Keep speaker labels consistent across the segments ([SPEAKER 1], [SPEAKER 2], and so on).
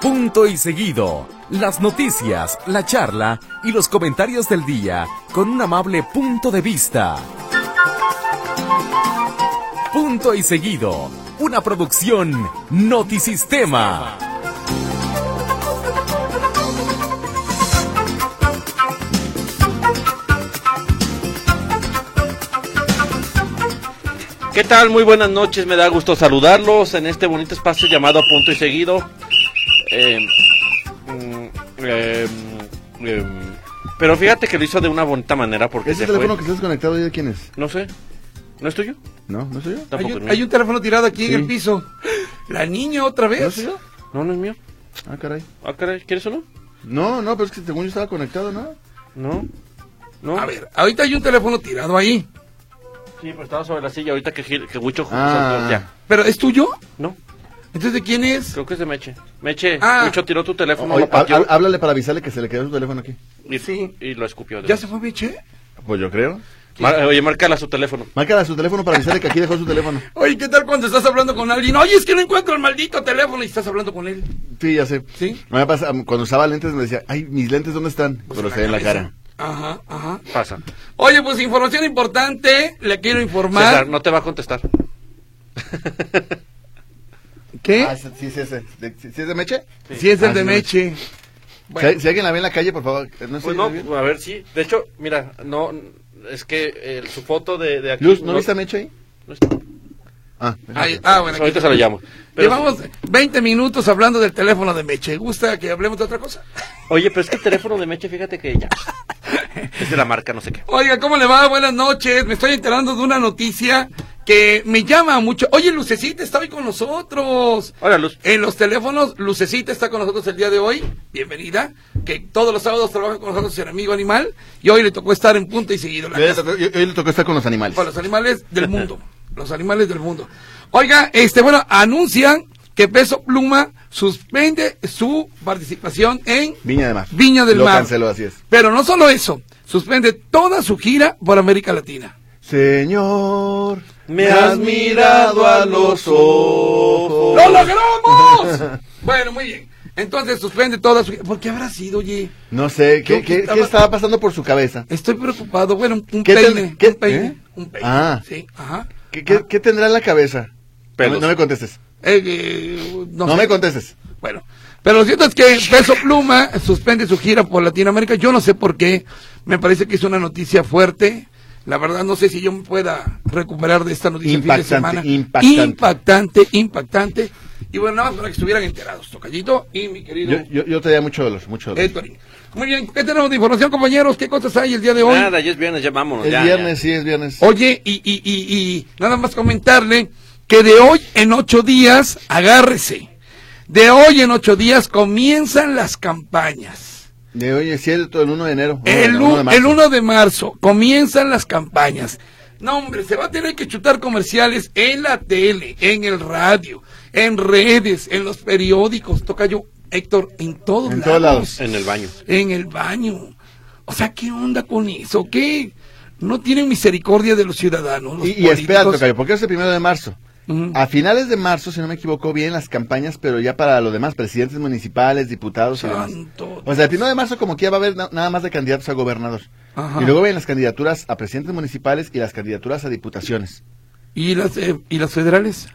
[SPEAKER 1] Punto y seguido. Las noticias, la charla y los comentarios del día con un amable punto de vista. Punto y seguido. Una producción Notisistema.
[SPEAKER 2] ¿Qué tal? Muy buenas noches, me da gusto saludarlos en este bonito espacio llamado Punto y Seguido. Eh, mm, eh, mm, em, pero fíjate que lo hizo de una bonita manera porque
[SPEAKER 3] ¿Ese
[SPEAKER 2] se
[SPEAKER 3] teléfono
[SPEAKER 2] fue.
[SPEAKER 3] que estás conectado de quién es?
[SPEAKER 2] No sé. ¿No es tuyo?
[SPEAKER 3] ¿No? ¿No soy yo?
[SPEAKER 4] Hay
[SPEAKER 2] Tampoco es
[SPEAKER 4] un,
[SPEAKER 2] mío.
[SPEAKER 4] hay un teléfono tirado aquí
[SPEAKER 3] Sí.
[SPEAKER 4] en el piso. La niña otra
[SPEAKER 3] ¿No
[SPEAKER 4] vez.
[SPEAKER 3] soy yo?
[SPEAKER 2] No, no es mío.
[SPEAKER 3] Ah, caray.
[SPEAKER 2] Ah, caray, ¿quieres uno?
[SPEAKER 3] No, no, pero es que según yo estaba conectado, ¿no?
[SPEAKER 2] No. No.
[SPEAKER 4] A ver, ahorita hay un teléfono tirado ahí.
[SPEAKER 2] Sí, pero estaba sobre la silla ahorita que, Gil- que Huicho
[SPEAKER 3] Ah.
[SPEAKER 2] saltó, ya.
[SPEAKER 4] ¿Pero es tuyo?
[SPEAKER 2] No,
[SPEAKER 4] Entonces, ¿de quién es?
[SPEAKER 2] creo que es de Meche. Meche,
[SPEAKER 4] Ah.
[SPEAKER 2] Huicho tiró tu teléfono.
[SPEAKER 3] Oye,
[SPEAKER 2] lo
[SPEAKER 3] há-
[SPEAKER 2] pateó
[SPEAKER 3] há- háblale para avisarle que se le quedó su teléfono aquí.
[SPEAKER 2] y,
[SPEAKER 4] Sí.
[SPEAKER 2] y lo escupió. de
[SPEAKER 4] ¿Ya
[SPEAKER 2] verdad.
[SPEAKER 4] se fue, biche?
[SPEAKER 3] Pues yo creo.
[SPEAKER 2] Mar- oye, márcala su teléfono.
[SPEAKER 3] Márcala su teléfono para avisarle que aquí dejó su teléfono.
[SPEAKER 4] Oye, ¿qué tal cuando estás hablando con alguien? Oye, es que no encuentro el maldito teléfono y estás hablando con él.
[SPEAKER 3] Sí, ya sé.
[SPEAKER 4] Sí.
[SPEAKER 3] Me pasa, cuando usaba lentes me decía, ay, mis lentes, ¿dónde están? pero se ve en Pues la cara.
[SPEAKER 4] Ajá, ajá.
[SPEAKER 2] Pasa.
[SPEAKER 4] Oye, pues información importante, le quiero
[SPEAKER 2] César,
[SPEAKER 4] informar.
[SPEAKER 2] no te va a contestar.
[SPEAKER 4] ¿Qué?
[SPEAKER 3] Ah, sí, sí, es ese. De- ¿Sí sí es de Meche?
[SPEAKER 4] Si es
[SPEAKER 3] Ah,
[SPEAKER 4] el de
[SPEAKER 3] sí,
[SPEAKER 4] Meche.
[SPEAKER 3] Si, hay- si alguien la ve en la calle, por favor. No sé,
[SPEAKER 2] Pues no,
[SPEAKER 3] ¿la vio?
[SPEAKER 2] a ver, sí. De hecho, mira, no, es que eh, su foto de, de aquí...
[SPEAKER 3] Luz, ¿no, viste a Meche ahí?
[SPEAKER 2] no está.
[SPEAKER 3] Ah,
[SPEAKER 4] Ay, ah, bueno. aquí
[SPEAKER 2] Ahorita se la llamo. Pero-
[SPEAKER 4] Llevamos 20 minutos hablando del teléfono de Meche. ¿Gusta que hablemos de otra cosa?
[SPEAKER 2] Oye, pero es que el teléfono de Meche, fíjate que ya... es de la marca, no sé qué.
[SPEAKER 4] Oiga, ¿cómo le va? Buenas noches. Me estoy enterando de una noticia que me llama mucho. Oye, Lucecita está hoy con nosotros.
[SPEAKER 2] Hola, Luz.
[SPEAKER 4] En los teléfonos, Lucecita está con nosotros el día de hoy. Bienvenida. Que todos los sábados trabaja con nosotros en Amigo Animal. Y hoy le tocó estar en punta y seguido. La
[SPEAKER 3] Hoy le
[SPEAKER 4] casa
[SPEAKER 3] tocó- hoy- hoy le tocó estar con los animales.
[SPEAKER 4] para los animales del mundo. Los animales del mundo. Oiga, este, bueno, anuncian que Peso Pluma suspende su participación en
[SPEAKER 3] Viña del Mar.
[SPEAKER 4] Viña del
[SPEAKER 3] Lo
[SPEAKER 4] Mar.
[SPEAKER 3] canceló, así es.
[SPEAKER 4] Pero no solo eso, suspende toda su gira por América Latina.
[SPEAKER 3] Señor,
[SPEAKER 2] Me has mirado a los ojos.
[SPEAKER 3] Oh.
[SPEAKER 4] ¡Lo logramos! bueno, muy bien. Entonces suspende toda su gira. ¿Por qué habrá sido, oye?
[SPEAKER 3] No sé, ¿qué,
[SPEAKER 4] Yo
[SPEAKER 3] qué-
[SPEAKER 4] estaba-
[SPEAKER 3] qué estaba pasando por su cabeza?
[SPEAKER 4] Estoy preocupado. Bueno, un un
[SPEAKER 3] ¿Qué te-
[SPEAKER 4] peine.
[SPEAKER 3] qué-
[SPEAKER 4] un peine.
[SPEAKER 3] ¿eh?
[SPEAKER 4] Un peine.
[SPEAKER 3] Ah.
[SPEAKER 4] Sí, ajá. Ah,
[SPEAKER 3] ¿Qué, qué- qué tendrá en la cabeza? No,
[SPEAKER 2] Pelos.
[SPEAKER 3] me- no me contestes.
[SPEAKER 4] Eh, eh,
[SPEAKER 3] No,
[SPEAKER 4] no sé.
[SPEAKER 3] me contestes.
[SPEAKER 4] Bueno, pero lo cierto es que Peso Pluma suspende su gira por Latinoamérica. Yo no sé por qué. Me parece que es una noticia fuerte. La verdad, no sé si yo me pueda recuperar de esta noticia el
[SPEAKER 3] Impactante,
[SPEAKER 4] fin de semana.
[SPEAKER 3] impactante.
[SPEAKER 4] impactante. impactante. Y bueno, nada más para que estuvieran enterados, Tocayito y mi querido
[SPEAKER 3] Yo, yo, yo traía mucho dolor, mucho dolor.
[SPEAKER 4] Héctorín. Muy bien, ¿qué tenemos de información, compañeros? ¿Qué cosas hay el día de hoy?
[SPEAKER 2] Nada, ya es viernes, ya vámonos.
[SPEAKER 3] es
[SPEAKER 2] ya,
[SPEAKER 3] viernes,
[SPEAKER 2] ya.
[SPEAKER 3] sí, es viernes.
[SPEAKER 4] Oye, y, y, y, y nada más comentarle que de hoy en ocho días, agárrese, de hoy en ocho días comienzan las campañas.
[SPEAKER 3] De hoy es cierto, el 1 de enero.
[SPEAKER 4] El,
[SPEAKER 3] Bueno,
[SPEAKER 4] u-
[SPEAKER 3] marzo.
[SPEAKER 4] el 1 de marzo comienzan las campañas. No, hombre, se va a tener que chutar comerciales en la tele, en el radio, en redes, en los periódicos. Toca yo, Héctor, en todos
[SPEAKER 3] En
[SPEAKER 4] lados.
[SPEAKER 3] todos lados.
[SPEAKER 2] En el baño.
[SPEAKER 4] En el baño. O sea, ¿qué onda con eso? ¿Qué? No tienen misericordia de los ciudadanos. los
[SPEAKER 3] Y, y espera,
[SPEAKER 4] políticos.
[SPEAKER 3] Tocayo, porque es el primero de marzo.
[SPEAKER 4] Ujú.
[SPEAKER 3] A finales de marzo, si no me equivoco, vienen las campañas, pero ya para lo demás, presidentes municipales, diputados y demás.
[SPEAKER 4] Santo.
[SPEAKER 3] O sea, el primero de marzo como que ya va a haber na- nada más de candidatos a gobernador.
[SPEAKER 4] Ajá.
[SPEAKER 3] Y luego vienen las candidaturas a presidentes municipales y las candidaturas a diputaciones.
[SPEAKER 4] ¿Y las, eh, ¿Y las federales?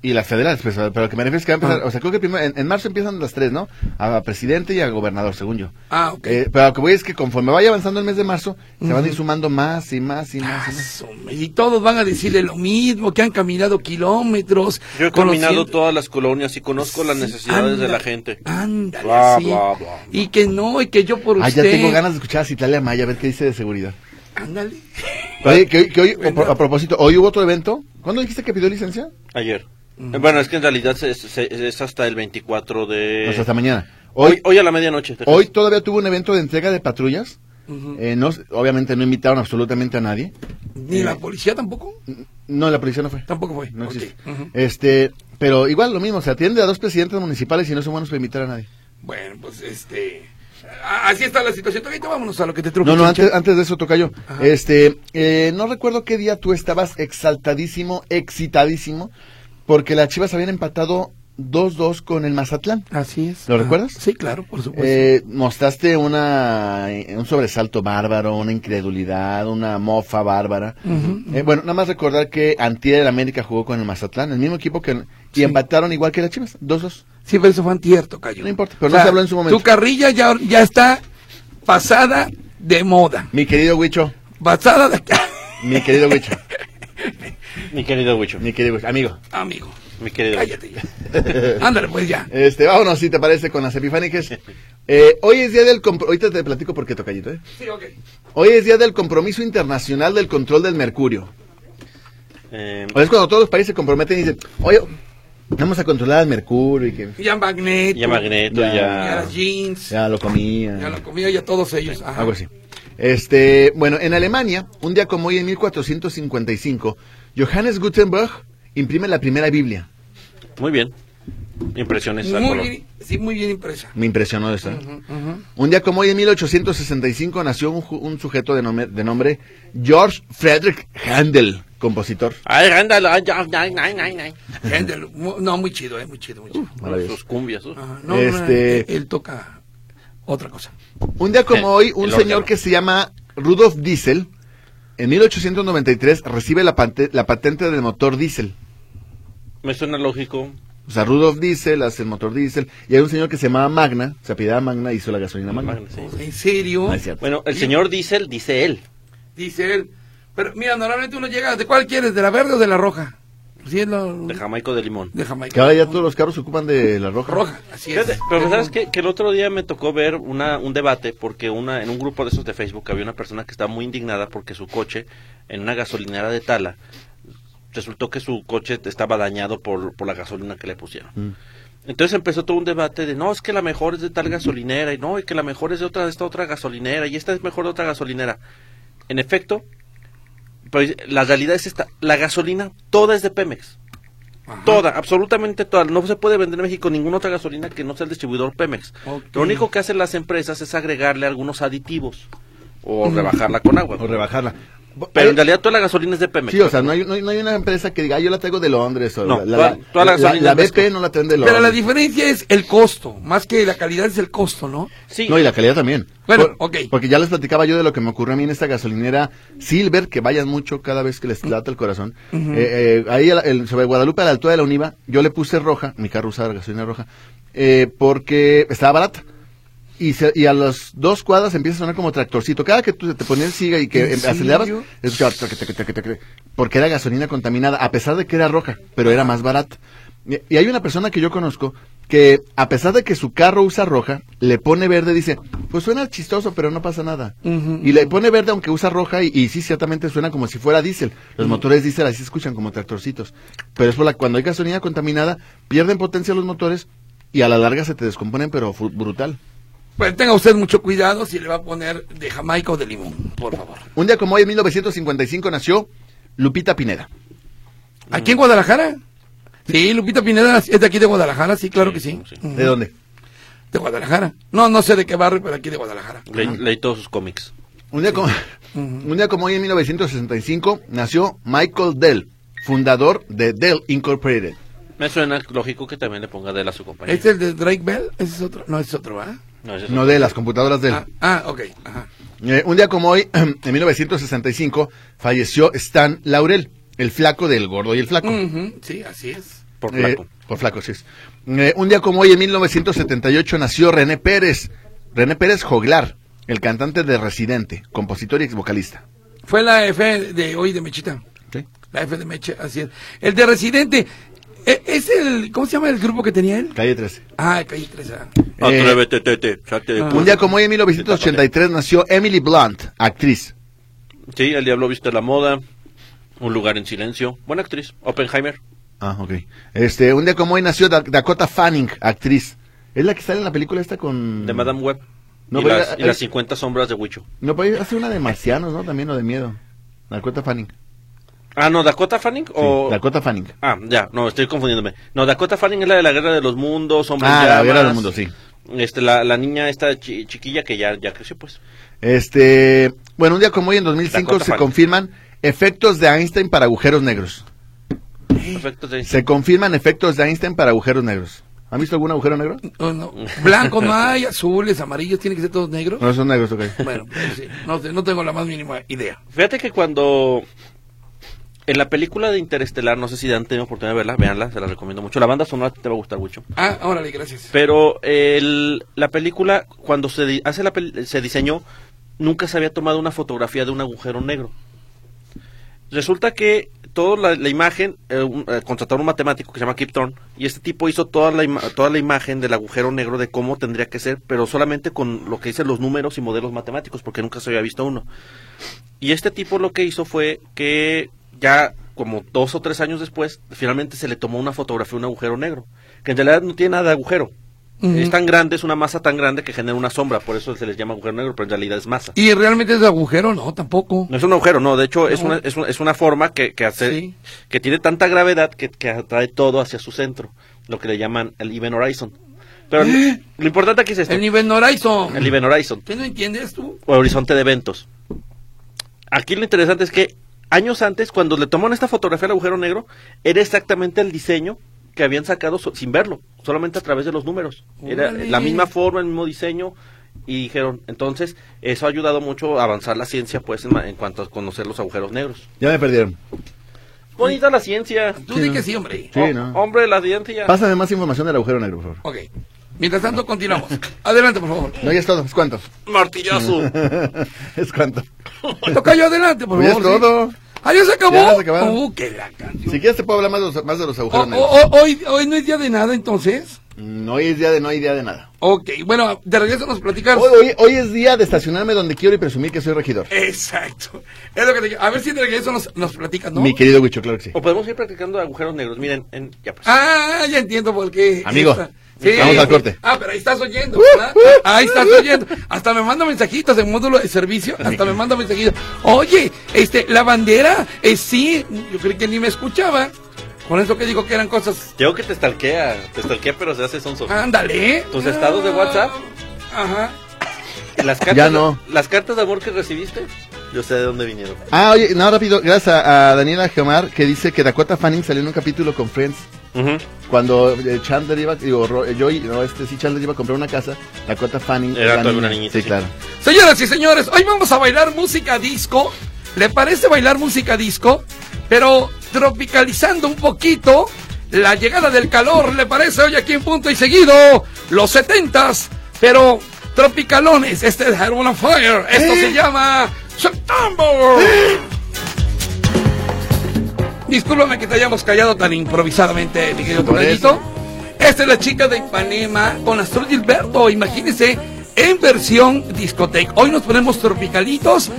[SPEAKER 3] Y las federales, pues, pero lo que me refiero es que va a empezar,
[SPEAKER 4] Ah.
[SPEAKER 3] o sea, creo que primero- en, en marzo empiezan las tres, ¿no? A, a presidente y a gobernador, según yo.
[SPEAKER 4] Ah, ok.
[SPEAKER 3] Eh, pero lo que voy es que conforme vaya avanzando el mes de marzo, se van a ir
[SPEAKER 4] Ujú.
[SPEAKER 3] sumando más y más y más.
[SPEAKER 4] Ah,
[SPEAKER 3] y más.
[SPEAKER 4] su me- Y todos van a decirle lo mismo, que han caminado kilómetros.
[SPEAKER 2] Yo he
[SPEAKER 4] conociendo-
[SPEAKER 2] combinado todas las colonias y conozco las
[SPEAKER 4] Sí,
[SPEAKER 2] necesidades de
[SPEAKER 4] anda-
[SPEAKER 2] la gente.
[SPEAKER 4] Ándale,
[SPEAKER 2] Bla,
[SPEAKER 4] sí.
[SPEAKER 2] bla, bla.
[SPEAKER 4] Y que no, y que yo por
[SPEAKER 3] Ah,
[SPEAKER 4] usted.
[SPEAKER 3] ya tengo ganas de escuchar a Citalia Maya, a ver qué dice de seguridad.
[SPEAKER 4] Ándale.
[SPEAKER 3] Oye, que, hoy- que hoy,
[SPEAKER 4] Ah. Bueno.
[SPEAKER 3] a propósito, hoy hubo otro evento. ¿Cuándo dijiste que pidió licencia?
[SPEAKER 2] Ayer.
[SPEAKER 3] Mm.
[SPEAKER 2] Eh, Bueno, es que en realidad se- se- es, hasta el 24 de...
[SPEAKER 3] O sea, Pues hasta mañana.
[SPEAKER 2] hoy,
[SPEAKER 3] Eh, Hoy,
[SPEAKER 2] hoy, a la medianoche. te-
[SPEAKER 3] hoy todavía tuvo un evento de entrega de patrullas.
[SPEAKER 4] Ujú.
[SPEAKER 3] Eh, no, obviamente no invitaron absolutamente a nadie.
[SPEAKER 4] Ni la policía tampoco.
[SPEAKER 3] No, la policía no fue.
[SPEAKER 4] Tampoco fue.
[SPEAKER 3] Eh, No
[SPEAKER 4] Ok.
[SPEAKER 3] existe.
[SPEAKER 4] Ujú.
[SPEAKER 3] Este, pero igual lo mismo, se atiende a dos presidentes municipales y no son buenos para invitar a nadie.
[SPEAKER 4] Bueno, pues este. a- Así está la situación. Ahorita vámonos a lo que te truco.
[SPEAKER 3] No, no,
[SPEAKER 4] chinche.
[SPEAKER 3] antes, antes de eso toca yo.
[SPEAKER 4] Ajá.
[SPEAKER 3] Este, eh, no recuerdo qué día tú estabas exaltadísimo, excitadísimo, porque las Chivas habían empatado 2-2 con el Mazatlán.
[SPEAKER 4] Así es. Ah,
[SPEAKER 3] ¿Lo recuerdas?
[SPEAKER 4] Sí, claro, por supuesto.
[SPEAKER 3] Eh, mostraste una, un sobresalto bárbaro, una incredulidad, una mofa bárbara.
[SPEAKER 4] Ujú.
[SPEAKER 3] Eh, bueno, nada más recordar que Antier el América jugó con el Mazatlán, el mismo equipo que... Y empataron igual que las Chivas, 2-2.
[SPEAKER 4] Sí, pero eso fue antierto, Cayo.
[SPEAKER 3] No importa, pero no se habló en su momento.
[SPEAKER 4] Tu carrilla ya, ya está pasada de moda.
[SPEAKER 3] Mi querido Huicho,
[SPEAKER 4] Pasada de...
[SPEAKER 3] mi querido Huicho,
[SPEAKER 2] Mi querido Huicho.
[SPEAKER 3] mi querido Huicho, amigo.
[SPEAKER 4] Amigo,
[SPEAKER 2] Mi querido Huicho.
[SPEAKER 4] cállate ya. Ándale, pues ya.
[SPEAKER 3] Este, vámonos, si te parece, con las epifánicas. Eh, hoy es día del... compro- Ahorita te platico por qué, Tocayito, ¿eh?
[SPEAKER 4] Sí, ok.
[SPEAKER 3] Hoy es día del compromiso internacional del control del mercurio.
[SPEAKER 2] Eh,
[SPEAKER 3] O sea, es cuando todos los países se comprometen y dicen, oye, vamos a controlar el mercurio y que
[SPEAKER 4] Ya Magneto.
[SPEAKER 2] ya Magneto,
[SPEAKER 3] Ya.
[SPEAKER 4] Ya
[SPEAKER 2] ya.
[SPEAKER 4] las jeans. Ya,
[SPEAKER 3] ya Ah, pues, lo comía.
[SPEAKER 4] la comida, ya todos ellos. Ajá.
[SPEAKER 3] Algo así. Este, bueno, en Alemania, un día como hoy en 1455, Johannes Gutenberg imprime la primera Biblia.
[SPEAKER 2] Muy bien. Impresiones al
[SPEAKER 4] Muy
[SPEAKER 2] color.
[SPEAKER 4] bien, sí, muy bien impresa.
[SPEAKER 3] Me impresionó eso. ¿eh?
[SPEAKER 4] Ujú.
[SPEAKER 3] Un día como hoy en 1865 nació un, ju- un sujeto de, nome- de nombre George Frederick Handel, compositor.
[SPEAKER 2] Ay, ándalo, ay, ay, ay, ay, ay, ay.
[SPEAKER 4] Gente, mu- no, muy chido, eh, muy chido, muy chido.
[SPEAKER 3] Maravilloso.
[SPEAKER 2] Sus cumbias. sus-
[SPEAKER 4] Ajá, no,
[SPEAKER 3] Este-
[SPEAKER 4] no, él, él toca otra cosa.
[SPEAKER 3] Un día como hoy, un
[SPEAKER 2] El
[SPEAKER 3] señor
[SPEAKER 2] órgano.
[SPEAKER 3] que se llama Rudolf Diesel, en 1893 recibe la, pante- la patente del motor diésel.
[SPEAKER 2] Me suena lógico.
[SPEAKER 3] O sea, Rudolf Diesel hace el motor diésel. Y hay un señor que se llamaba Magna, se apellidaba Magna, hizo la gasolina Magna.
[SPEAKER 2] Magna, sí.
[SPEAKER 4] ¿En serio?
[SPEAKER 3] No es cierto.
[SPEAKER 2] Bueno, el señor Diesel dice él.
[SPEAKER 4] Dice él. Pero mira, normalmente uno llega, ¿de cuál quieres? ¿De la verde o de la roja? Sí, es lo-
[SPEAKER 2] De Jamaico de Limón.
[SPEAKER 4] de Jamaica.
[SPEAKER 3] Que ahora ya todos los carros se ocupan de la roja.
[SPEAKER 4] Roja, así es.
[SPEAKER 2] Fíjate, pero sabes qué? que el otro día me tocó ver una, un debate porque una en un grupo de esos de Facebook había una persona que estaba muy indignada porque su coche en una gasolinera de Tala resultó que su coche estaba dañado por, por la gasolina que le pusieron.
[SPEAKER 3] Mm.
[SPEAKER 2] Entonces empezó todo un debate de no, es que la mejor es de tal gasolinera y no, y que la mejor es de otra de esta otra gasolinera y esta es mejor de otra gasolinera. En efecto, pues, la realidad es esta, la gasolina toda es de Pemex.
[SPEAKER 4] Ajá.
[SPEAKER 2] Toda, absolutamente toda. No se puede vender en México ninguna otra gasolina que no sea el distribuidor Pemex.
[SPEAKER 4] Ok.
[SPEAKER 2] Lo único que hacen las empresas es agregarle algunos aditivos o rebajarla con agua.
[SPEAKER 3] O rebajarla.
[SPEAKER 2] Pero en realidad toda la gasolina es de Pemex.
[SPEAKER 3] Sí, o sea, no hay, no, hay, no hay una empresa que diga, "Ah, yo la traigo de Londres. O
[SPEAKER 2] No,
[SPEAKER 3] la,
[SPEAKER 2] toda- toda la gasolina
[SPEAKER 3] la
[SPEAKER 2] es mezcla.
[SPEAKER 3] BP no la traen de Londres.
[SPEAKER 4] Pero la diferencia es el costo, más que la calidad es el costo, ¿no?
[SPEAKER 2] Sí,
[SPEAKER 3] No, y la calidad también.
[SPEAKER 4] eh, Bueno, ok.
[SPEAKER 3] Porque ya les platicaba yo de lo que me ocurrió a mí en esta gasolinera Silver, que vayan mucho cada vez que les
[SPEAKER 4] Mm.
[SPEAKER 3] lata el corazón. Eh, eh, ahí a la- el- sobre Guadalupe, a la altura de la Univa, yo le puse roja, mi carro usaba gasolina roja, eh, porque estaba barata. Y, se- y a las dos cuadras empieza a sonar como tractorcito. Cada que tú te ponías siga y que
[SPEAKER 4] ¿En
[SPEAKER 3] em- acelerabas,
[SPEAKER 4] serio?
[SPEAKER 3] escuchaba tac, tac, tac, tac, tac, porque era gasolina contaminada, a pesar de que era roja, pero era más barata. Y- Y hay una persona que yo conozco que, a pesar de que su carro usa roja, le pone verde, dice, pues suena chistoso, pero no pasa nada.
[SPEAKER 4] Ujú.
[SPEAKER 3] Y le pone verde aunque usa roja y, y sí, ciertamente suena como si fuera diésel. Los motores diésel así se escuchan como tractorcitos. Pero es por la, cuando hay gasolina contaminada, pierden potencia los motores y a la larga se te descomponen, pero fu- brutal.
[SPEAKER 4] Pues tenga usted mucho cuidado si le va a poner de Jamaica o de limón, por favor.
[SPEAKER 3] Un día como hoy, en 1955, nació Lupita Pineda.
[SPEAKER 4] ¿Aquí en Guadalajara? Sí, Lupita Pineda es de aquí de Guadalajara, sí, claro que sí.
[SPEAKER 2] sí.
[SPEAKER 3] ¿De dónde?
[SPEAKER 4] De Guadalajara. No, no sé de qué barrio, pero aquí de Guadalajara.
[SPEAKER 2] le- leí todos sus cómics.
[SPEAKER 3] Un día, como, un día como hoy, en 1965, nació Michael Dell, fundador de Dell Incorporated.
[SPEAKER 2] Me suena lógico que también le ponga Dell a su compañía.
[SPEAKER 4] ¿Este es el de Drake Bell? Ese es otro. No, ese es otro, ¿verdad?
[SPEAKER 2] No, ese es
[SPEAKER 3] No
[SPEAKER 2] otro.
[SPEAKER 3] de las computadoras Dell.
[SPEAKER 4] Ah, ah, ok. Ajá.
[SPEAKER 3] Eh, un día como hoy, en 1965, falleció Stan Laurel, el flaco del gordo y el flaco.
[SPEAKER 4] Ujú, sí, así es.
[SPEAKER 2] Por
[SPEAKER 3] Eh,
[SPEAKER 2] flaco.
[SPEAKER 3] por flaco, sí. es. Eh, un día como hoy, en 1978, nació René Pérez. René Pérez Joglar, el cantante de Residente, compositor y ex vocalista.
[SPEAKER 4] Fue la F de hoy de Mechita. La F de Meche, así es. El de Residente. eh, Es el. ¿Cómo se llama el grupo que tenía él?
[SPEAKER 3] Calle 13.
[SPEAKER 4] Ah, Calle 3. ah.
[SPEAKER 3] eh,
[SPEAKER 2] Atrévete, tete, salte de
[SPEAKER 3] Un día como hoy, en 1983, nació Emily Blunt, actriz.
[SPEAKER 2] Sí, El Diablo Viste la Moda, Un Lugar en Silencio, buena actriz, Oppenheimer.
[SPEAKER 3] Ah, ok. Este, un día como hoy nació Da- Dakota Fanning, actriz. Es la que sale en la película esta con...
[SPEAKER 2] De Madame Web.
[SPEAKER 3] Mm. No,
[SPEAKER 2] y,
[SPEAKER 3] pero
[SPEAKER 2] las,
[SPEAKER 3] era-
[SPEAKER 2] y las 50 sombras de Wicho.
[SPEAKER 3] No, pero hace una de marcianos, ¿no? También, o de miedo. Dakota Fanning.
[SPEAKER 2] Ah, no, Dakota Fanning o...
[SPEAKER 3] Sí, Dakota Fanning.
[SPEAKER 2] Ah, ya, no, estoy confundiéndome. No, Dakota Fanning es la de la Guerra de los Mundos, Hombre en
[SPEAKER 3] Ah, la
[SPEAKER 2] Llamas.
[SPEAKER 3] Guerra de los Mundos, sí.
[SPEAKER 2] Este, la, la niña esta chi- chiquilla que ya, ya creció, pues.
[SPEAKER 3] Este, bueno, un día como hoy en 2005
[SPEAKER 2] Dakota
[SPEAKER 3] se
[SPEAKER 2] Fanning.
[SPEAKER 3] confirman efectos de Einstein para agujeros negros.
[SPEAKER 2] Efectos de-
[SPEAKER 3] Se confirman efectos de Einstein para agujeros negros. ¿Han visto algún agujero negro?
[SPEAKER 4] No, no. Blancos no hay, azules, amarillos, tienen que ser todos negros.
[SPEAKER 3] No son negros, ok.
[SPEAKER 4] Bueno, pues sí, no, sé, no tengo la más mínima idea.
[SPEAKER 2] Fíjate que cuando. En la película de Interestelar, no sé si han tenido oportunidad de verla, véanla, se la recomiendo mucho. La banda sonora te va a gustar mucho.
[SPEAKER 4] Ah, órale, gracias.
[SPEAKER 2] Pero el- la película, cuando se, di- hace la pel- se diseñó, nunca se había tomado una fotografía de un agujero negro. Resulta que toda la, la imagen, eh, un- eh, contrataron un matemático que se llama Kip Thorne, y este tipo hizo toda la, ima- toda la imagen del agujero negro de cómo tendría que ser, pero solamente con lo que dicen los números y modelos matemáticos, porque nunca se había visto uno. Y este tipo lo que hizo fue que ya como dos o tres años después, finalmente se le tomó una fotografía a un agujero negro, que en realidad no tiene nada de agujero.
[SPEAKER 4] Ujú.
[SPEAKER 2] Es tan grande, es una masa tan grande que genera una sombra, por eso se les llama agujero negro, pero en realidad es masa.
[SPEAKER 4] ¿Y realmente es de agujero? No, tampoco.
[SPEAKER 2] No es un agujero, no, de hecho Es,
[SPEAKER 4] No.
[SPEAKER 2] una, es, una, es una forma que, que hace,
[SPEAKER 4] Sí.
[SPEAKER 2] que tiene tanta gravedad que, que atrae todo hacia su centro, lo que le llaman el Even Horizon. Pero lo importante aquí es esto,
[SPEAKER 4] ¿Eh? El
[SPEAKER 2] el,
[SPEAKER 4] nivel Horizon.
[SPEAKER 2] Even Horizon,
[SPEAKER 4] ¿Qué no entiendes tú?
[SPEAKER 2] o horizonte de eventos. Aquí lo interesante es que años antes, cuando le tomaron esta fotografía al agujero negro, era exactamente el diseño que habían sacado so- sin verlo, solamente a través de los números. Era
[SPEAKER 4] Órale.
[SPEAKER 2] la misma forma, el mismo diseño. Y dijeron, entonces, eso ha ayudado mucho a avanzar la ciencia, pues, en, ma- en cuanto a conocer los agujeros negros.
[SPEAKER 3] Ya me perdieron.
[SPEAKER 2] Bonita la ciencia.
[SPEAKER 4] Tú
[SPEAKER 3] Sí,
[SPEAKER 4] di
[SPEAKER 3] no.
[SPEAKER 4] que sí, hombre.
[SPEAKER 3] Sí,
[SPEAKER 2] Oh,
[SPEAKER 3] ¿no?
[SPEAKER 2] Hombre, la ciencia.
[SPEAKER 3] Pásame más información del agujero negro, por favor.
[SPEAKER 4] Ok. Mientras tanto, continuamos. Adelante, por favor.
[SPEAKER 3] No, ya es todo. ¿Es cuánto?
[SPEAKER 2] Martillazo.
[SPEAKER 3] ¿Es cuánto?
[SPEAKER 4] Tocayo, adelante, por
[SPEAKER 3] Pues ya
[SPEAKER 4] favor.
[SPEAKER 3] es
[SPEAKER 4] sí.
[SPEAKER 3] todo.
[SPEAKER 4] Ah, ya se acabó.
[SPEAKER 3] Ya se acabaron.
[SPEAKER 4] Uh, qué la canción.
[SPEAKER 3] Si quieres te puedo hablar más de los, más de los
[SPEAKER 4] O-
[SPEAKER 3] agujeros negros.
[SPEAKER 4] o- o- hoy, hoy no es día de nada, entonces.
[SPEAKER 3] Mm, hoy es día de no hay día de nada.
[SPEAKER 4] Ok, bueno, de regreso nos platicas.
[SPEAKER 3] Hoy, hoy- hoy es día de estacionarme donde quiero y presumir que soy regidor.
[SPEAKER 4] Exacto. Es lo que te- A ver si de regreso nos, nos platicas, ¿no?
[SPEAKER 3] Mi querido Huicho, claro que sí.
[SPEAKER 2] o podemos ir practicando agujeros negros. Miren, en- ya pues.
[SPEAKER 4] Ah, ya entiendo por qué.
[SPEAKER 3] Amigo, vamos al corte. Uh,
[SPEAKER 4] Ah, pero ahí estás oyendo, ¿verdad? Ahí estás oyendo. Hasta me manda mensajitos en módulo de servicio. Hasta me manda mensajitos. Oye, este, la bandera, eh, sí, yo creí que ni me escuchaba. Con eso que digo que eran cosas.
[SPEAKER 2] Tengo que te stalkea. Te stalkea, pero se hace sonso.
[SPEAKER 4] Ándale. ¿eh?
[SPEAKER 2] ¿Tus estados de WhatsApp?
[SPEAKER 4] Ajá.
[SPEAKER 2] Las cartas,
[SPEAKER 3] Ya no.
[SPEAKER 2] Las cartas de amor que recibiste, yo sé de dónde vinieron.
[SPEAKER 3] Ah, oye, no, rápido, gracias a, a Daniela Gemar que dice que Dakota Fanning salió en un capítulo con Friends. Cuando eh, Chandler iba, digo, Ro- eh, Joey, no, este sí, Chandler iba a comprar una casa, Dakota Fanning
[SPEAKER 2] Era
[SPEAKER 3] la
[SPEAKER 2] todavía
[SPEAKER 3] niña.
[SPEAKER 2] una niñita,
[SPEAKER 3] Sí,
[SPEAKER 2] sí.
[SPEAKER 3] claro.
[SPEAKER 4] Señoras y señores, hoy vamos a bailar música disco. ¿Le parece bailar música disco? Pero tropicalizando un poquito la llegada del calor, ¿le parece hoy aquí en punto y seguido? Los setentas, pero tropicalones. Este es Heart on Fire. Esto se llama September. Discúlpame que te hayamos callado tan improvisadamente, mi querido
[SPEAKER 3] Por
[SPEAKER 4] Tonallito. Esta es la chica de Ipanema con Astrid Gilberto, imagínense, en versión discoteca. Hoy nos ponemos tropicalitos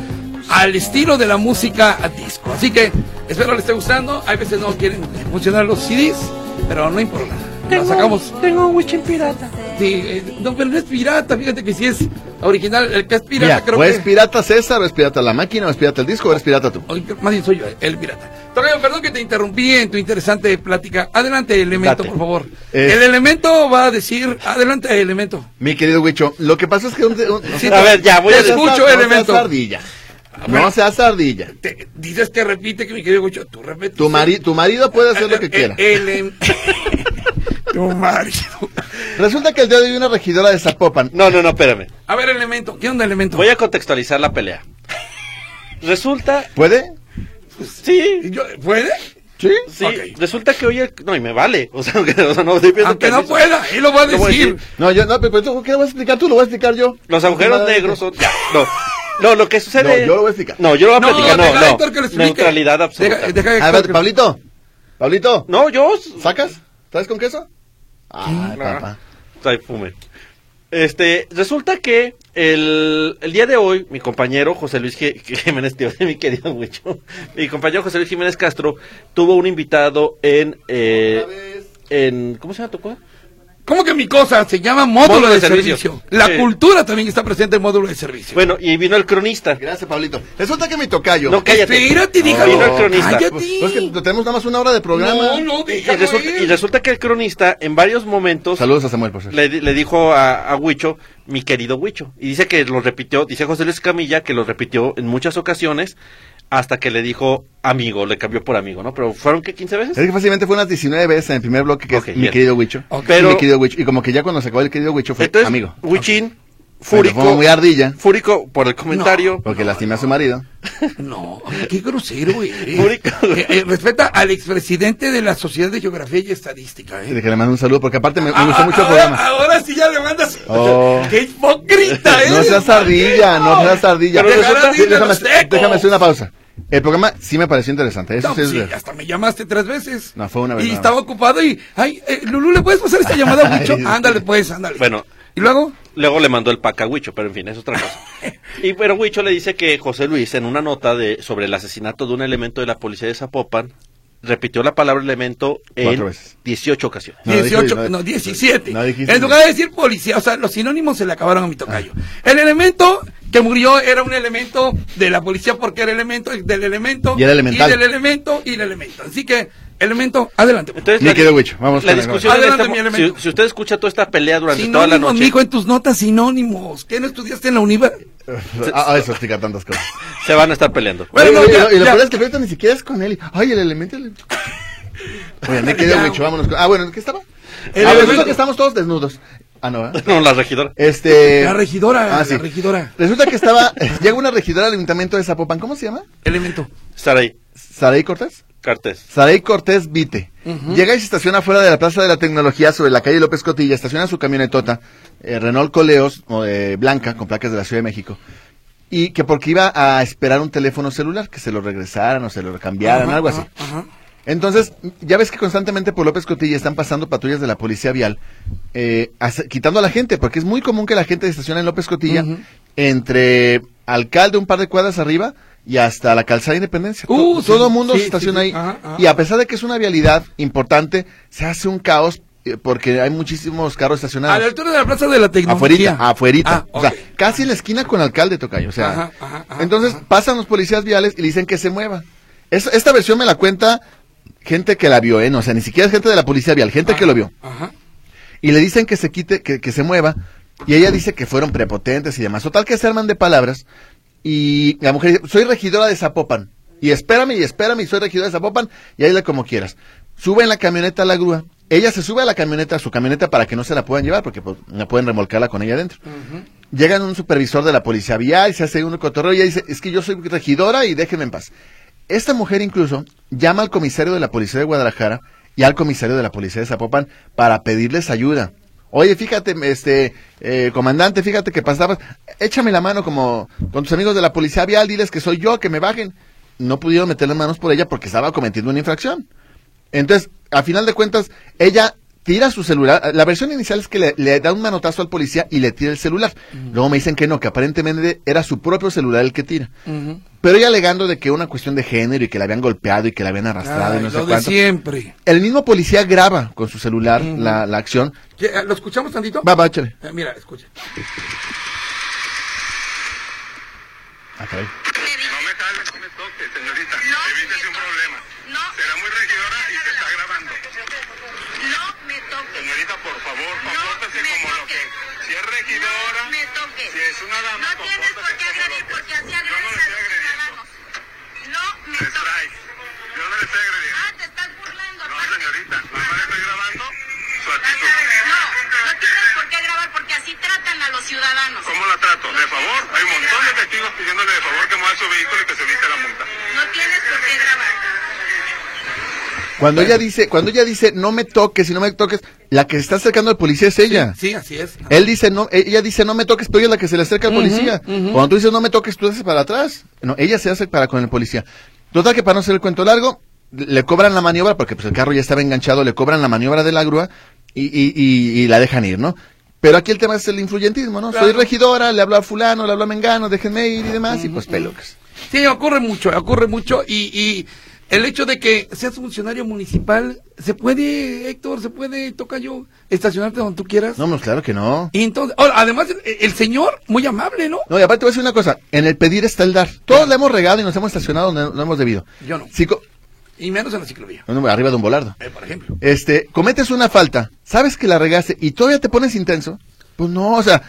[SPEAKER 4] al estilo de la música a disco. Así que espero les esté gustando. Hay veces no quieren funcionar los CDs, pero no importa. La sacamos.
[SPEAKER 5] Tengo un Wichin pirata.
[SPEAKER 4] Sí, eh, no, pero no es pirata, fíjate que si es original, el que es pirata
[SPEAKER 3] Mira,
[SPEAKER 4] creo
[SPEAKER 3] o es
[SPEAKER 4] que...
[SPEAKER 3] pirata César, o es pirata la máquina, o es pirata el disco, o eres pirata tú.
[SPEAKER 4] Oye, Más bien soy yo, el pirata. Tocayo, perdón que te interrumpí en tu interesante plática. Adelante, elemento,
[SPEAKER 3] Date.
[SPEAKER 4] por favor.
[SPEAKER 3] Eh.
[SPEAKER 4] El elemento va a decir, adelante, elemento.
[SPEAKER 3] Mi querido Huicho, lo que pasa es que... un- un- no
[SPEAKER 4] Sí,
[SPEAKER 3] seas-
[SPEAKER 2] A ver, ya, voy a
[SPEAKER 4] Te
[SPEAKER 2] decir.
[SPEAKER 4] escucho,
[SPEAKER 3] no seas
[SPEAKER 4] elemento.
[SPEAKER 3] ardilla. No seas ardilla.
[SPEAKER 4] Te- dices que repite, que mi querido Gocho, tú repites.
[SPEAKER 3] Tu, mari- tu marido puede hacer
[SPEAKER 2] Eh,
[SPEAKER 3] lo que quiera.
[SPEAKER 4] El, em- tu marido.
[SPEAKER 2] eh.
[SPEAKER 3] Resulta que el día de hoy una regidora de Zapopan.
[SPEAKER 2] No, no, no, espérame.
[SPEAKER 4] A ver, elemento, ¿qué onda, elemento?
[SPEAKER 2] Voy a contextualizar la pelea. Resulta,
[SPEAKER 3] ¿Puede?
[SPEAKER 2] sí,
[SPEAKER 4] Yo- ¿Puede?
[SPEAKER 3] Sí.
[SPEAKER 2] sí,
[SPEAKER 4] Ok.
[SPEAKER 2] resulta que hoy el- no y me vale, o sea, aunque, o sea, no estoy pidiendo
[SPEAKER 4] Aunque no
[SPEAKER 2] permiso.
[SPEAKER 4] pueda, él lo va a
[SPEAKER 2] Lo voy a
[SPEAKER 4] decir.
[SPEAKER 2] decir.
[SPEAKER 3] No, yo no, pero tú, ¿qué lo vas a explicar tú? Lo voy a explicar yo.
[SPEAKER 2] Los agujeros
[SPEAKER 3] Madre.
[SPEAKER 2] negros son ya, no. No, lo que sucede
[SPEAKER 3] No, yo lo voy a explicar.
[SPEAKER 2] No, yo lo voy a platicar, no,
[SPEAKER 4] deja a
[SPEAKER 2] no.
[SPEAKER 4] Héctor que lo explique.
[SPEAKER 2] Neutralidad absoluta.
[SPEAKER 4] Deja- deja a
[SPEAKER 3] A
[SPEAKER 4] Héctor
[SPEAKER 3] ver,
[SPEAKER 2] Eh,
[SPEAKER 4] que-
[SPEAKER 3] Pablito. Pablito,
[SPEAKER 2] No, yo
[SPEAKER 3] ¿sacas? ¿Sabes con queso? Ay,
[SPEAKER 2] No.
[SPEAKER 3] papá.
[SPEAKER 2] Ay, fume. Este, resulta que el, el día de hoy, mi compañero José Luis G- Jiménez, tío, mi querido Huicho, mi compañero José Luis Jiménez Castro tuvo un invitado en, eh, en ¿cómo se llama tu cosa?
[SPEAKER 4] ¿Cómo que mi cosa se llama módulo,
[SPEAKER 2] Módulo
[SPEAKER 4] de,
[SPEAKER 2] de
[SPEAKER 4] servicio?
[SPEAKER 2] servicio.
[SPEAKER 4] La
[SPEAKER 2] Sí.
[SPEAKER 4] cultura también está presente en módulo de
[SPEAKER 3] Pues,
[SPEAKER 4] servicio.
[SPEAKER 2] Bueno, y vino el cronista.
[SPEAKER 3] Gracias, Pablito. Resulta que mi tocayo.
[SPEAKER 2] No, cállate.
[SPEAKER 4] Espérate,
[SPEAKER 3] No.
[SPEAKER 4] dígalo.
[SPEAKER 2] Vino el cronista.
[SPEAKER 4] Cállate.
[SPEAKER 3] Pues, pues que tenemos nada más una hora de programa.
[SPEAKER 4] No, no,
[SPEAKER 2] Y
[SPEAKER 4] déjalo
[SPEAKER 2] resulta,
[SPEAKER 4] él.
[SPEAKER 2] y resulta que el cronista en varios momentos
[SPEAKER 3] Saludos a Samuel, por cierto.
[SPEAKER 2] le, di- le dijo a, a Huicho, mi querido Huicho. Y dice que lo repitió, dice José Luis Camilla que lo repitió en muchas ocasiones hasta que le dijo amigo, le cambió por amigo, ¿no? Pero fueron que 15 veces.
[SPEAKER 3] Es que fácilmente fue unas 19 veces en el primer bloque que
[SPEAKER 2] Ok,
[SPEAKER 3] es mi
[SPEAKER 2] bien.
[SPEAKER 3] querido Huicho.
[SPEAKER 4] Ok.
[SPEAKER 2] Pero-
[SPEAKER 3] Mi querido Huicho. Y como que ya cuando se acabó el querido Huicho fue
[SPEAKER 2] Entonces,
[SPEAKER 3] amigo.
[SPEAKER 2] Huichín,
[SPEAKER 3] Pero
[SPEAKER 2] fúrico,
[SPEAKER 3] fue muy ardilla
[SPEAKER 2] fúrico por el comentario.
[SPEAKER 3] porque lastimé a su marido.
[SPEAKER 4] No, qué grosero eres.
[SPEAKER 2] Público.
[SPEAKER 4] Eh, eh, respeta al expresidente de la Sociedad de Geografía y Estadística.
[SPEAKER 3] Y
[SPEAKER 4] ¿eh?
[SPEAKER 3] de que le mando un saludo porque aparte me, me
[SPEAKER 4] Ah, ah,
[SPEAKER 3] gustó mucho el
[SPEAKER 4] ahora,
[SPEAKER 3] programa.
[SPEAKER 4] ahora sí ya le mandas.
[SPEAKER 3] Oh.
[SPEAKER 4] ¡Qué hipócrita eres!
[SPEAKER 3] No seas
[SPEAKER 4] ah,
[SPEAKER 3] ardilla, no seas ardilla.
[SPEAKER 2] Pero
[SPEAKER 3] Déjame-
[SPEAKER 2] resulta-
[SPEAKER 3] déjame,
[SPEAKER 4] los secos.
[SPEAKER 3] déjame hacer una pausa. El programa sí me pareció interesante. Eso
[SPEAKER 4] No, pues
[SPEAKER 3] sí es
[SPEAKER 4] sí,
[SPEAKER 3] verdad.
[SPEAKER 4] hasta me llamaste tres veces.
[SPEAKER 3] No, fue una vez
[SPEAKER 4] Y
[SPEAKER 3] nada
[SPEAKER 4] estaba ocupado y, ay, eh, Lulú, ¿le puedes pasar esta llamada mucho?
[SPEAKER 3] Ay.
[SPEAKER 4] Ándale, pues, ándale.
[SPEAKER 2] Bueno.
[SPEAKER 4] ¿Y luego?
[SPEAKER 2] Luego le mandó el pack a Huicho, pero en fin, es otra cosa. Y pero Huicho le dice que José Luis, en una nota de sobre el asesinato de un elemento de la policía de Zapopan, repitió la palabra elemento en
[SPEAKER 3] Cuatro veces.
[SPEAKER 2] 18 ocasiones.
[SPEAKER 3] No,
[SPEAKER 4] 18,
[SPEAKER 3] dijo- no,
[SPEAKER 4] no, 17.
[SPEAKER 3] no dijiste.
[SPEAKER 4] en lugar de decir policía, o sea, los sinónimos se le acabaron a mi tocayo. El elemento que murió era un elemento de la policía porque era elemento del elemento
[SPEAKER 3] Y era elemental.
[SPEAKER 4] del elemento y el elemento. Así que, elemento, adelante.
[SPEAKER 2] Entonces,
[SPEAKER 3] Mi
[SPEAKER 2] la-
[SPEAKER 3] querido Huicho, vamos
[SPEAKER 2] la
[SPEAKER 3] con la-
[SPEAKER 2] discusión en
[SPEAKER 4] Adelante,
[SPEAKER 2] este
[SPEAKER 4] mi
[SPEAKER 2] mo-
[SPEAKER 4] elemento.
[SPEAKER 2] si, si usted escucha toda esta pelea durante toda la
[SPEAKER 4] sinónimos,
[SPEAKER 2] noche,
[SPEAKER 4] mijo, en tus notas, sinónimos. ¿Qué no estudiaste en la universidad?
[SPEAKER 3] Ah, ah, eso explica tantas cosas.
[SPEAKER 2] se van a estar peleando.
[SPEAKER 4] Bueno,
[SPEAKER 3] Oye,
[SPEAKER 4] ya,
[SPEAKER 3] y lo- y lo
[SPEAKER 4] ya.
[SPEAKER 3] peor es que ahorita ni siquiera es con él. Ay, el elemento. el- Oye, me quedé
[SPEAKER 4] Ya,
[SPEAKER 3] mucho,
[SPEAKER 4] güey.
[SPEAKER 3] vámonos. con- Ah, bueno, ¿en ¿qué estaba?
[SPEAKER 4] El
[SPEAKER 3] ah,
[SPEAKER 4] elemento.
[SPEAKER 3] resulta que estamos todos desnudos. Ah, no, ¿verdad?
[SPEAKER 2] No, la regidora.
[SPEAKER 3] Este.
[SPEAKER 4] La regidora,
[SPEAKER 3] Ah,
[SPEAKER 4] la
[SPEAKER 3] sí.
[SPEAKER 4] regidora.
[SPEAKER 3] Resulta que estaba. Llega una regidora al ayuntamiento de Zapopan. ¿Cómo se llama?
[SPEAKER 4] Elemento.
[SPEAKER 2] Estar ahí,
[SPEAKER 3] ¿Saray Cortés?
[SPEAKER 2] Cartes.
[SPEAKER 3] Saray Cortés Vite. Llega y se estaciona fuera de la Plaza de la Tecnología sobre la calle López Cotilla. Estaciona su camionetota, eh, Renault Coleos o, eh, blanca, con placas de la Ciudad de México. Y que porque iba a esperar un teléfono celular, que se lo regresaran o se lo cambiaran,
[SPEAKER 4] Ajá,
[SPEAKER 3] algo así.
[SPEAKER 4] ajá, ajá.
[SPEAKER 3] Entonces, ya ves que constantemente por López Cotilla están pasando patrullas de la policía vial, eh, hace- quitando a la gente, porque es muy común que la gente estacione en López Cotilla
[SPEAKER 4] Ujú.
[SPEAKER 3] entre alcalde un par de cuadras arriba y hasta la calzada Independencia. To-
[SPEAKER 4] Uh, sí,
[SPEAKER 3] Todo el mundo
[SPEAKER 4] sí,
[SPEAKER 3] se estaciona
[SPEAKER 4] sí, sí.
[SPEAKER 3] ahí.
[SPEAKER 4] Ajá, ajá.
[SPEAKER 3] Y a pesar de que es una vialidad importante, se hace un caos eh, porque hay muchísimos carros
[SPEAKER 4] A la
[SPEAKER 3] estacionados.
[SPEAKER 4] altura de la Plaza de la Tecnología.
[SPEAKER 3] Afuerita, afuerita.
[SPEAKER 4] Ah,
[SPEAKER 3] O sea,
[SPEAKER 4] ok.
[SPEAKER 3] casi en la esquina con alcalde Tocayo. O sea,
[SPEAKER 4] Ajá, ajá, ajá,
[SPEAKER 3] entonces
[SPEAKER 4] ajá.
[SPEAKER 3] pasan los policías viales y le dicen que se mueva. Es- esta versión me la cuenta gente que la vio, ¿eh? No, O sea, ni siquiera es gente de la policía vial, gente que lo vio.
[SPEAKER 4] Ajá.
[SPEAKER 3] Y le dicen que se quite, que, que se mueva. Y ella dice que fueron prepotentes y demás. Total que se arman de palabras. Y la mujer dice, soy regidora de Zapopan. Y espérame y espérame y soy regidora de Zapopan. Y hazle como quieras. Sube en la camioneta a la grúa. Ella se sube a la camioneta, a su camioneta, para que no se la puedan llevar, porque pues, no pueden remolcarla con ella adentro. Llegan un supervisor de la policía vial, se hace un cotorreo y ella dice, es que yo soy regidora y déjenme en paz. Esta mujer incluso llama al comisario de la policía de Guadalajara y al comisario de la policía de Zapopan para pedirles ayuda. Oye, fíjate, este, eh, comandante, fíjate que pasabas, échame la mano como con tus amigos de la policía vial, diles que soy yo, que me bajen. No pudieron meter las manos por ella porque estaba cometiendo una infracción. Entonces, a final de cuentas, ella tira su celular. La versión inicial es que le, le da un manotazo al policía y le tira el celular. Luego me dicen que no, que aparentemente era su propio celular el que tira.
[SPEAKER 4] Ujú.
[SPEAKER 3] Pero ella alegando de que una cuestión de género y que la habían golpeado y que la habían arrastrado
[SPEAKER 4] Ay,
[SPEAKER 3] y no sé
[SPEAKER 4] lo de
[SPEAKER 3] cuánto.
[SPEAKER 4] siempre.
[SPEAKER 3] El mismo policía graba con su celular la, la acción.
[SPEAKER 4] ¿Qué, eh, ¿Lo escuchamos tantito?
[SPEAKER 3] Va, va, échale.
[SPEAKER 4] Eh, mira, escucha.
[SPEAKER 3] Ah, caray.
[SPEAKER 5] No me salga, no me toque, señorita. Evítese un problema. Será muy regidora y se está grabando.
[SPEAKER 6] No me toques.
[SPEAKER 5] Señorita, por favor,
[SPEAKER 6] No
[SPEAKER 5] compórtese
[SPEAKER 6] me
[SPEAKER 5] como lo que.
[SPEAKER 6] toques.
[SPEAKER 5] Si es regidora,
[SPEAKER 6] No me toques.
[SPEAKER 5] si es una dama,
[SPEAKER 6] No tienes por qué
[SPEAKER 5] compórtese como
[SPEAKER 6] agredir
[SPEAKER 5] lo que-
[SPEAKER 6] porque así
[SPEAKER 5] Yo no le
[SPEAKER 6] agredes a
[SPEAKER 5] estoy
[SPEAKER 6] los
[SPEAKER 5] agrediendo.
[SPEAKER 6] ciudadanos. No me
[SPEAKER 5] Se trae.
[SPEAKER 6] toques.
[SPEAKER 5] Yo no le estoy agrediendo.
[SPEAKER 6] Ah, te estás burlando.
[SPEAKER 5] No,
[SPEAKER 6] aparte.
[SPEAKER 5] señorita, nada más le estoy grabando su
[SPEAKER 6] Vas a
[SPEAKER 5] actitud.
[SPEAKER 6] ver, No, no tienes por qué grabar porque así tratan a los ciudadanos.
[SPEAKER 5] ¿Cómo la trato? ¿De favor? Hay un montón de testigos pidiéndole de favor que mueva su vehículo y que se evite la multa.
[SPEAKER 6] No tienes por qué grabar.
[SPEAKER 3] Cuando ella dice, cuando ella dice, no me toques y no me toques, la que se está acercando al policía es ella.
[SPEAKER 4] Sí, así es.
[SPEAKER 3] Él dice, no, e-", ella dice, no me toques, pero ella es la que se le acerca al policía. Cuando tú dices, no me toques, tú haces para atrás. No, ella se hace para con el policía. Total que para no hacer el cuento largo, le cobran la maniobra, porque pues el carro ya estaba enganchado, le cobran la maniobra de la grúa y, y- y- y la dejan ir, ¿no? Pero aquí el tema es el influyentismo, ¿no? Soy
[SPEAKER 4] Claro.
[SPEAKER 3] regidora, le habló a fulano, le habló a Mengano, déjenme ir y demás, y pues pelucas.
[SPEAKER 4] Sí, ocurre mucho, ocurre mucho. Y, y el hecho de que seas funcionario municipal, se puede, Héctor, se puede, toca yo, estacionarte donde tú quieras.
[SPEAKER 3] No, pues claro que no.
[SPEAKER 4] Y entonces, ahora, además, el, el señor, muy amable, ¿no?
[SPEAKER 3] No, y aparte te voy a decir una cosa, en el pedir está el dar. Todos la hemos regado y nos hemos estacionado donde no hemos debido.
[SPEAKER 4] Yo no.
[SPEAKER 3] Si co-
[SPEAKER 4] Y menos en la ciclovía,
[SPEAKER 3] no, no, arriba de un volardo.
[SPEAKER 4] eh, por ejemplo.
[SPEAKER 3] este, cometes una falta, sabes que la regaste y todavía te pones intenso, pues no, o sea,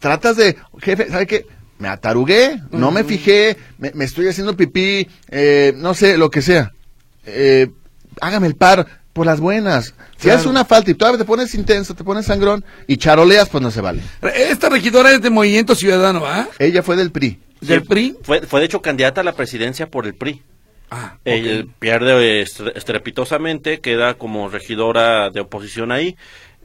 [SPEAKER 3] tratas de, jefe, ¿sabe qué? me atarugué, no me fijé, me, me estoy haciendo pipí, eh, no sé, lo que sea. Eh, hágame el par por las buenas. Si
[SPEAKER 4] Claro.
[SPEAKER 3] haces una falta y todavía te pones intenso, te pones sangrón y charoleas, pues no se vale.
[SPEAKER 4] Esta regidora es de Movimiento Ciudadano, ¿ah?
[SPEAKER 3] Ella fue del PRI.
[SPEAKER 4] ¿Del PRI?
[SPEAKER 2] Fue, fue de hecho candidata a la presidencia por el PRI.
[SPEAKER 4] Ah,
[SPEAKER 2] Ella pierde estre- estrepitosamente, queda como regidora de oposición ahí.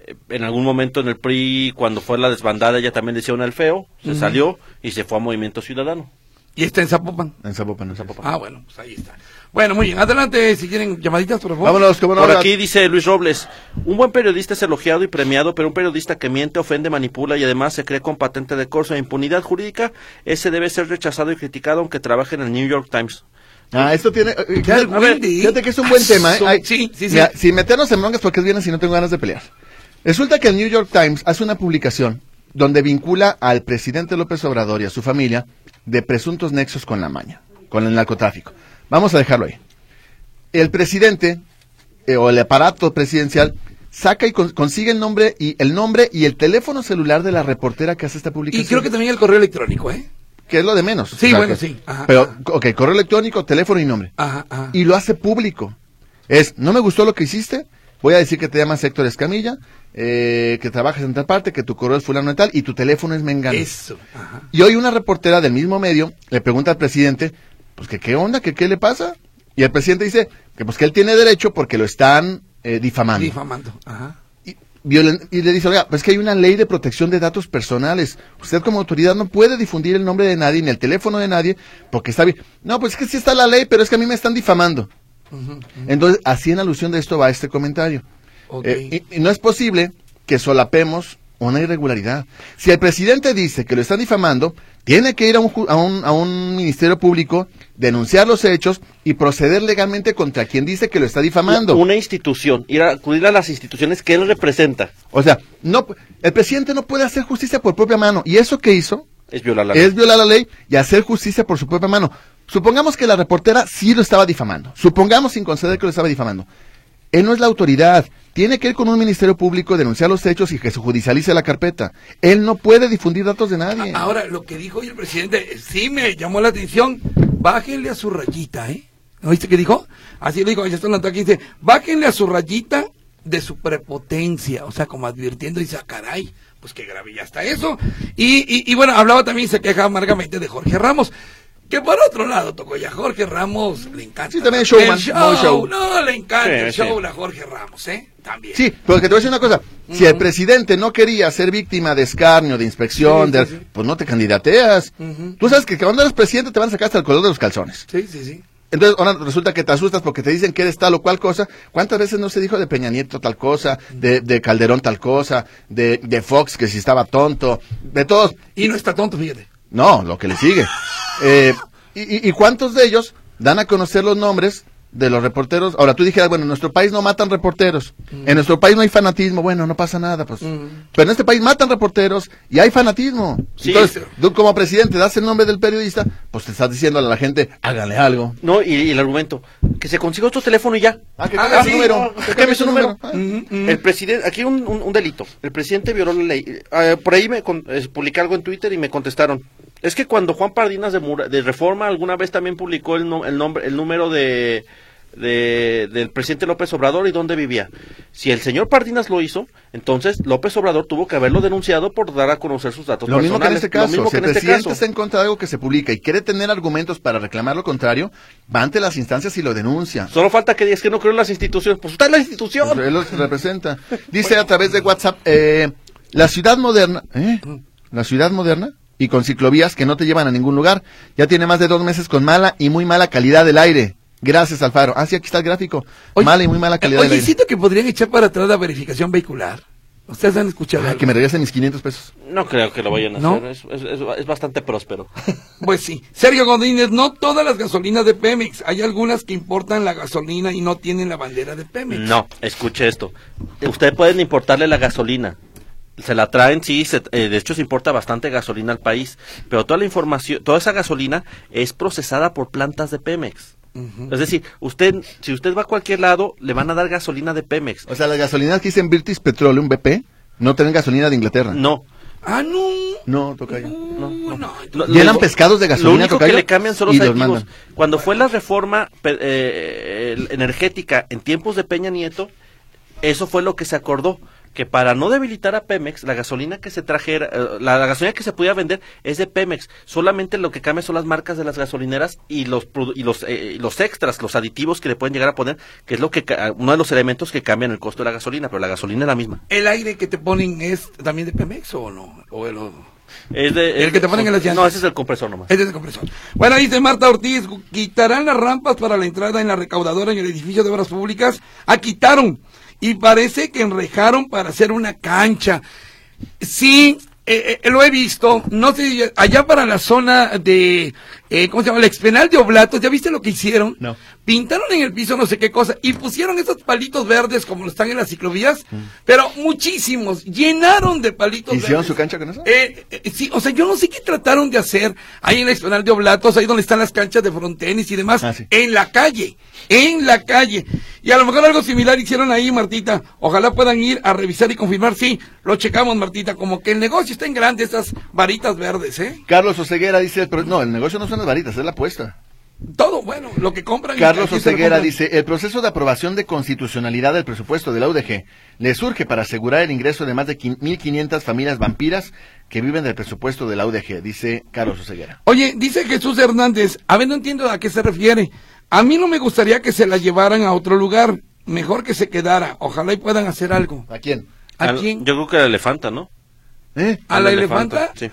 [SPEAKER 2] Eh, En algún momento en el PRI, cuando fue la desbandada, ella también le hicieron el feo, se salió y se fue a Movimiento Ciudadano.
[SPEAKER 4] y está en Zapopan.
[SPEAKER 3] En Zapopan. En Zapopan.
[SPEAKER 4] Ah, bueno, pues ahí está. Bueno, muy bien. Adelante, si quieren llamaditas, por favor.
[SPEAKER 3] Vámonos, como no.
[SPEAKER 2] Por
[SPEAKER 3] ahora-
[SPEAKER 2] aquí dice Luis Robles, un buen periodista es elogiado y premiado, pero un periodista que miente, ofende, manipula y además se cree con patente de corso e impunidad jurídica, ese debe ser rechazado y criticado aunque trabaje en el New York Times.
[SPEAKER 3] Ah, esto tiene. eh,
[SPEAKER 4] Qué
[SPEAKER 3] fíjate- a ver,
[SPEAKER 4] windy.
[SPEAKER 3] fíjate que es un buen tema, ¿eh?
[SPEAKER 4] Son-
[SPEAKER 3] Ay,
[SPEAKER 4] Ah, sí, sí, sí.
[SPEAKER 3] mira, sin meternos en broncas porque es bien si no tengo ganas de pelear. Resulta que el New York Times hace una publicación donde vincula al presidente López Obrador y a su familia de presuntos nexos con la maña, con el narcotráfico. Vamos a dejarlo ahí. El presidente eh, o el aparato presidencial saca y con- consigue el nombre y el nombre y el teléfono celular de la reportera que hace esta publicación.
[SPEAKER 4] Y creo que también el correo electrónico, ¿eh?
[SPEAKER 3] que es lo de menos.
[SPEAKER 4] Sí, bueno,
[SPEAKER 3] que-
[SPEAKER 4] sí, ajá,
[SPEAKER 3] pero,
[SPEAKER 4] ajá.
[SPEAKER 3] ok, correo electrónico, teléfono y nombre
[SPEAKER 4] Ajá, ajá.
[SPEAKER 3] y lo hace público. Es, no me gustó lo que hiciste, voy a decir que te llamas Héctor Escamilla, eh, que trabajas en tal parte, que tu correo es fulano de tal y tu teléfono es mengano.
[SPEAKER 4] Eso. Ajá.
[SPEAKER 3] Y hoy una reportera del mismo medio le pregunta al presidente, pues que qué onda, que qué le pasa. Y el presidente dice que pues que él tiene derecho porque lo están eh, difamando.
[SPEAKER 4] Difamando. Ajá.
[SPEAKER 3] y, violen- y le dice, oiga, pues que hay una ley de protección de datos personales. Usted como autoridad no puede difundir el nombre de nadie ni el teléfono de nadie porque está bien. No, pues es que sí está la ley, pero es que a mí me están difamando. Entonces, así en alusión de esto va este comentario.
[SPEAKER 4] Ok.
[SPEAKER 3] Eh, y, y no es posible que solapemos una irregularidad. Si el presidente dice que lo están difamando, tiene que ir a un, ju- a un, a un ministerio público, denunciar los hechos y proceder legalmente contra quien dice que lo está difamando.
[SPEAKER 2] Una institución, ir a acudir a las instituciones que él representa,
[SPEAKER 3] O sea, no, pu- el presidente no puede hacer justicia por propia mano. Y eso que hizo
[SPEAKER 2] es violar la
[SPEAKER 3] es
[SPEAKER 2] ley.
[SPEAKER 3] violar la ley y hacer justicia por su propia mano. Supongamos que la reportera sí lo estaba difamando. Supongamos sin conceder que lo estaba difamando. Él no es la autoridad. Tiene que ir con un ministerio público, denunciar los hechos y que se judicialice la carpeta. Él no puede difundir datos de nadie.
[SPEAKER 4] Ahora, lo que dijo hoy el presidente eh, sí me llamó la atención. Bájenle a su rayita, ¿eh? ¿No viste qué dijo? Así lo dijo, ya está en la toca y dice, bájenle a su rayita de su prepotencia, o sea, como advirtiendo, dice, ah, caray, pues qué grave ya está eso. Y, y, y bueno, hablaba también, se quejaba amargamente de Jorge Ramos, que por otro lado, tocó ya Jorge Ramos, le encanta.
[SPEAKER 3] Sí, también es showman,
[SPEAKER 4] El show,
[SPEAKER 3] no show.
[SPEAKER 4] no, le encanta el
[SPEAKER 2] Sí,
[SPEAKER 4] show
[SPEAKER 2] sí.
[SPEAKER 4] a Jorge Ramos, ¿eh? También.
[SPEAKER 3] Sí, porque te voy a decir una cosa. Si el presidente no quería ser víctima de escarnio, de inspección,
[SPEAKER 4] Sí, sí,
[SPEAKER 3] de-
[SPEAKER 4] sí.
[SPEAKER 3] pues no te candidateas.
[SPEAKER 4] Ujú.
[SPEAKER 3] Tú sabes que cuando eres presidente te van a sacar hasta el color de los calzones.
[SPEAKER 4] Sí, sí, sí.
[SPEAKER 3] Entonces, ahora resulta que te asustas porque te dicen que eres tal o cual cosa. ¿Cuántas veces no se dijo de Peña Nieto tal cosa, de, de Calderón tal cosa, de, de Fox que si estaba tonto, de todos?
[SPEAKER 4] Y no está tonto, fíjate.
[SPEAKER 3] No, lo que le sigue. Eh, y, y- y cuántos de ellos dan a conocer los nombres de los reporteros? Ahora, tú dijeras, bueno, en nuestro país no matan reporteros, en nuestro país no hay fanatismo, bueno, no pasa nada, pues. Pero en este país matan reporteros y hay fanatismo.
[SPEAKER 2] Sí,
[SPEAKER 3] Entonces,
[SPEAKER 2] sí.
[SPEAKER 3] tú como presidente das el nombre del periodista, pues te estás diciendo a la gente, háganle algo.
[SPEAKER 2] No, y, y el argumento, que se consiga otro teléfono y ya.
[SPEAKER 3] Ah, que
[SPEAKER 4] Ah,
[SPEAKER 3] cambie su
[SPEAKER 4] sí,
[SPEAKER 3] número.
[SPEAKER 2] no,
[SPEAKER 3] Que cambie su número. Ah.
[SPEAKER 2] El presidente, aquí un, un- un delito. El presidente violó la ley. Eh, por ahí me con- eh, publiqué algo en Twitter y me contestaron. Es que cuando Juan Pardinas de, Mura- de Reforma alguna vez también publicó el, no- el nombre, el número de, de- del presidente López Obrador y dónde vivía. Si el señor Pardinas lo hizo, entonces López Obrador tuvo que haberlo denunciado por dar a conocer sus datos
[SPEAKER 3] Lo mismo que en
[SPEAKER 2] personales.
[SPEAKER 3] este caso,
[SPEAKER 2] Lo mismo
[SPEAKER 3] si
[SPEAKER 2] que
[SPEAKER 3] el
[SPEAKER 2] en este
[SPEAKER 3] presidente
[SPEAKER 2] caso.
[SPEAKER 3] está en contra de algo que se publica y quiere tener argumentos para reclamar lo contrario, va ante las instancias y lo denuncia.
[SPEAKER 2] Solo falta que digas que no creo en las instituciones. Pues usted es la institución.
[SPEAKER 3] Él los representa. Dice a través de WhatsApp, eh, la ciudad moderna, ¿eh? La ciudad moderna y con ciclovías que no te llevan a ningún lugar, ya tiene más de dos meses con mala y muy mala calidad del aire. Gracias, Alfaro. Ah, sí, aquí está el gráfico.
[SPEAKER 4] Oye,
[SPEAKER 3] mala y muy mala calidad
[SPEAKER 4] eh,
[SPEAKER 3] del
[SPEAKER 4] Oye,
[SPEAKER 3] aire.
[SPEAKER 4] siento que podrían echar para atrás la verificación vehicular. Ustedes han escuchado.
[SPEAKER 3] Ay,
[SPEAKER 4] algo?
[SPEAKER 3] que me regresen mis 500 pesos.
[SPEAKER 2] No creo que lo vayan a
[SPEAKER 4] ¿No?
[SPEAKER 2] hacer. Es- es- es- es bastante próspero.
[SPEAKER 4] Pues sí. Sergio Godínez, no todas las gasolinas de Pemex. Hay algunas que importan la gasolina y no tienen la bandera de Pemex.
[SPEAKER 2] No, escuche esto. Ustedes pueden importarle la gasolina. Se la traen, sí, se- eh, de hecho se importa bastante gasolina al país, pero toda la información, toda esa gasolina es procesada por plantas de Pemex. Es decir, usted, si usted va a cualquier lado, le van a dar gasolina de Pemex.
[SPEAKER 3] O sea, las gasolineras que dicen British Petroleum, BP, no tienen gasolina de Inglaterra.
[SPEAKER 2] No,
[SPEAKER 4] Ah, no.
[SPEAKER 3] No, tocayo.
[SPEAKER 4] Uh, no,
[SPEAKER 2] Lo- lo
[SPEAKER 3] Llenan
[SPEAKER 2] único-
[SPEAKER 3] pescados de gasolina,
[SPEAKER 2] Lo único
[SPEAKER 3] tocayo,
[SPEAKER 2] que le cambian son los
[SPEAKER 3] y los
[SPEAKER 2] aditivos.
[SPEAKER 3] mandan.
[SPEAKER 2] Cuando fue la reforma pe- eh, el- energética en tiempos de Peña Nieto, eso fue lo que se acordó. Que para no debilitar a Pemex, la gasolina que se trajera, eh, la, la gasolina que se podía vender es de Pemex. Solamente lo que cambia son las marcas de las gasolineras y los produ- y los, eh, y los extras, los aditivos que le pueden llegar a poner, que es lo que ca- uno de los elementos que cambian el costo de la gasolina, pero la gasolina es la misma.
[SPEAKER 4] ¿El aire que te ponen es también de Pemex o no? O el,
[SPEAKER 2] Es de-
[SPEAKER 4] ¿El
[SPEAKER 2] es
[SPEAKER 4] que
[SPEAKER 2] de-
[SPEAKER 4] te ponen en las llantas?
[SPEAKER 2] No, ese es el compresor nomás.
[SPEAKER 4] es de compresor. Bueno, dice Marta Ortiz, quitarán las rampas para la entrada en la recaudadora en el edificio de obras públicas. Ah, quitaron. Y parece que enrejaron para hacer una cancha. Sí, eh, eh, lo he visto. No sé, allá para la zona de, eh, ¿cómo se llama? El expenal de Oblatos. ¿Ya viste lo que hicieron?
[SPEAKER 3] No.
[SPEAKER 4] Pintaron en el piso no sé qué cosa y pusieron esos palitos verdes como los están en las ciclovías,
[SPEAKER 3] Mm.
[SPEAKER 4] pero muchísimos. Llenaron de palitos
[SPEAKER 3] ¿Hicieron
[SPEAKER 4] verdes.
[SPEAKER 3] su cancha con eso?
[SPEAKER 4] Eh, eh, sí, o sea, yo no sé qué trataron de hacer ahí en el Explanada de Oblatos, ahí donde están las canchas de frontenis y demás,
[SPEAKER 3] Ah, sí.
[SPEAKER 4] en la calle, en la calle. Y a lo mejor algo similar hicieron ahí, Martita. Ojalá puedan ir a revisar y confirmar. Sí, lo checamos, Martita, como que el negocio está en grande, esas varitas verdes, ¿eh?
[SPEAKER 3] Carlos Oseguera dice, pero no, el negocio no son las varitas, es la apuesta.
[SPEAKER 4] Todo bueno, lo que compran. y
[SPEAKER 3] Carlos
[SPEAKER 4] aquí se lo
[SPEAKER 3] Oseguera
[SPEAKER 4] compran.
[SPEAKER 3] dice, el proceso de aprobación de constitucionalidad del presupuesto de la UDG le surge para asegurar el ingreso de más de 1.500 familias vampiras que viven del presupuesto de la UDG, dice Carlos Oseguera.
[SPEAKER 4] Oye, dice Jesús Hernández, a ver, no entiendo a qué se refiere. A mí no me gustaría que se la llevaran a otro lugar, mejor que se quedara. Ojalá y puedan hacer algo.
[SPEAKER 3] ¿A quién?
[SPEAKER 4] ¿A
[SPEAKER 2] Al-
[SPEAKER 4] quién?
[SPEAKER 2] Yo creo que la elefanta, ¿no?
[SPEAKER 3] ¿Eh?
[SPEAKER 4] ¿A la elefanta?
[SPEAKER 2] Sí.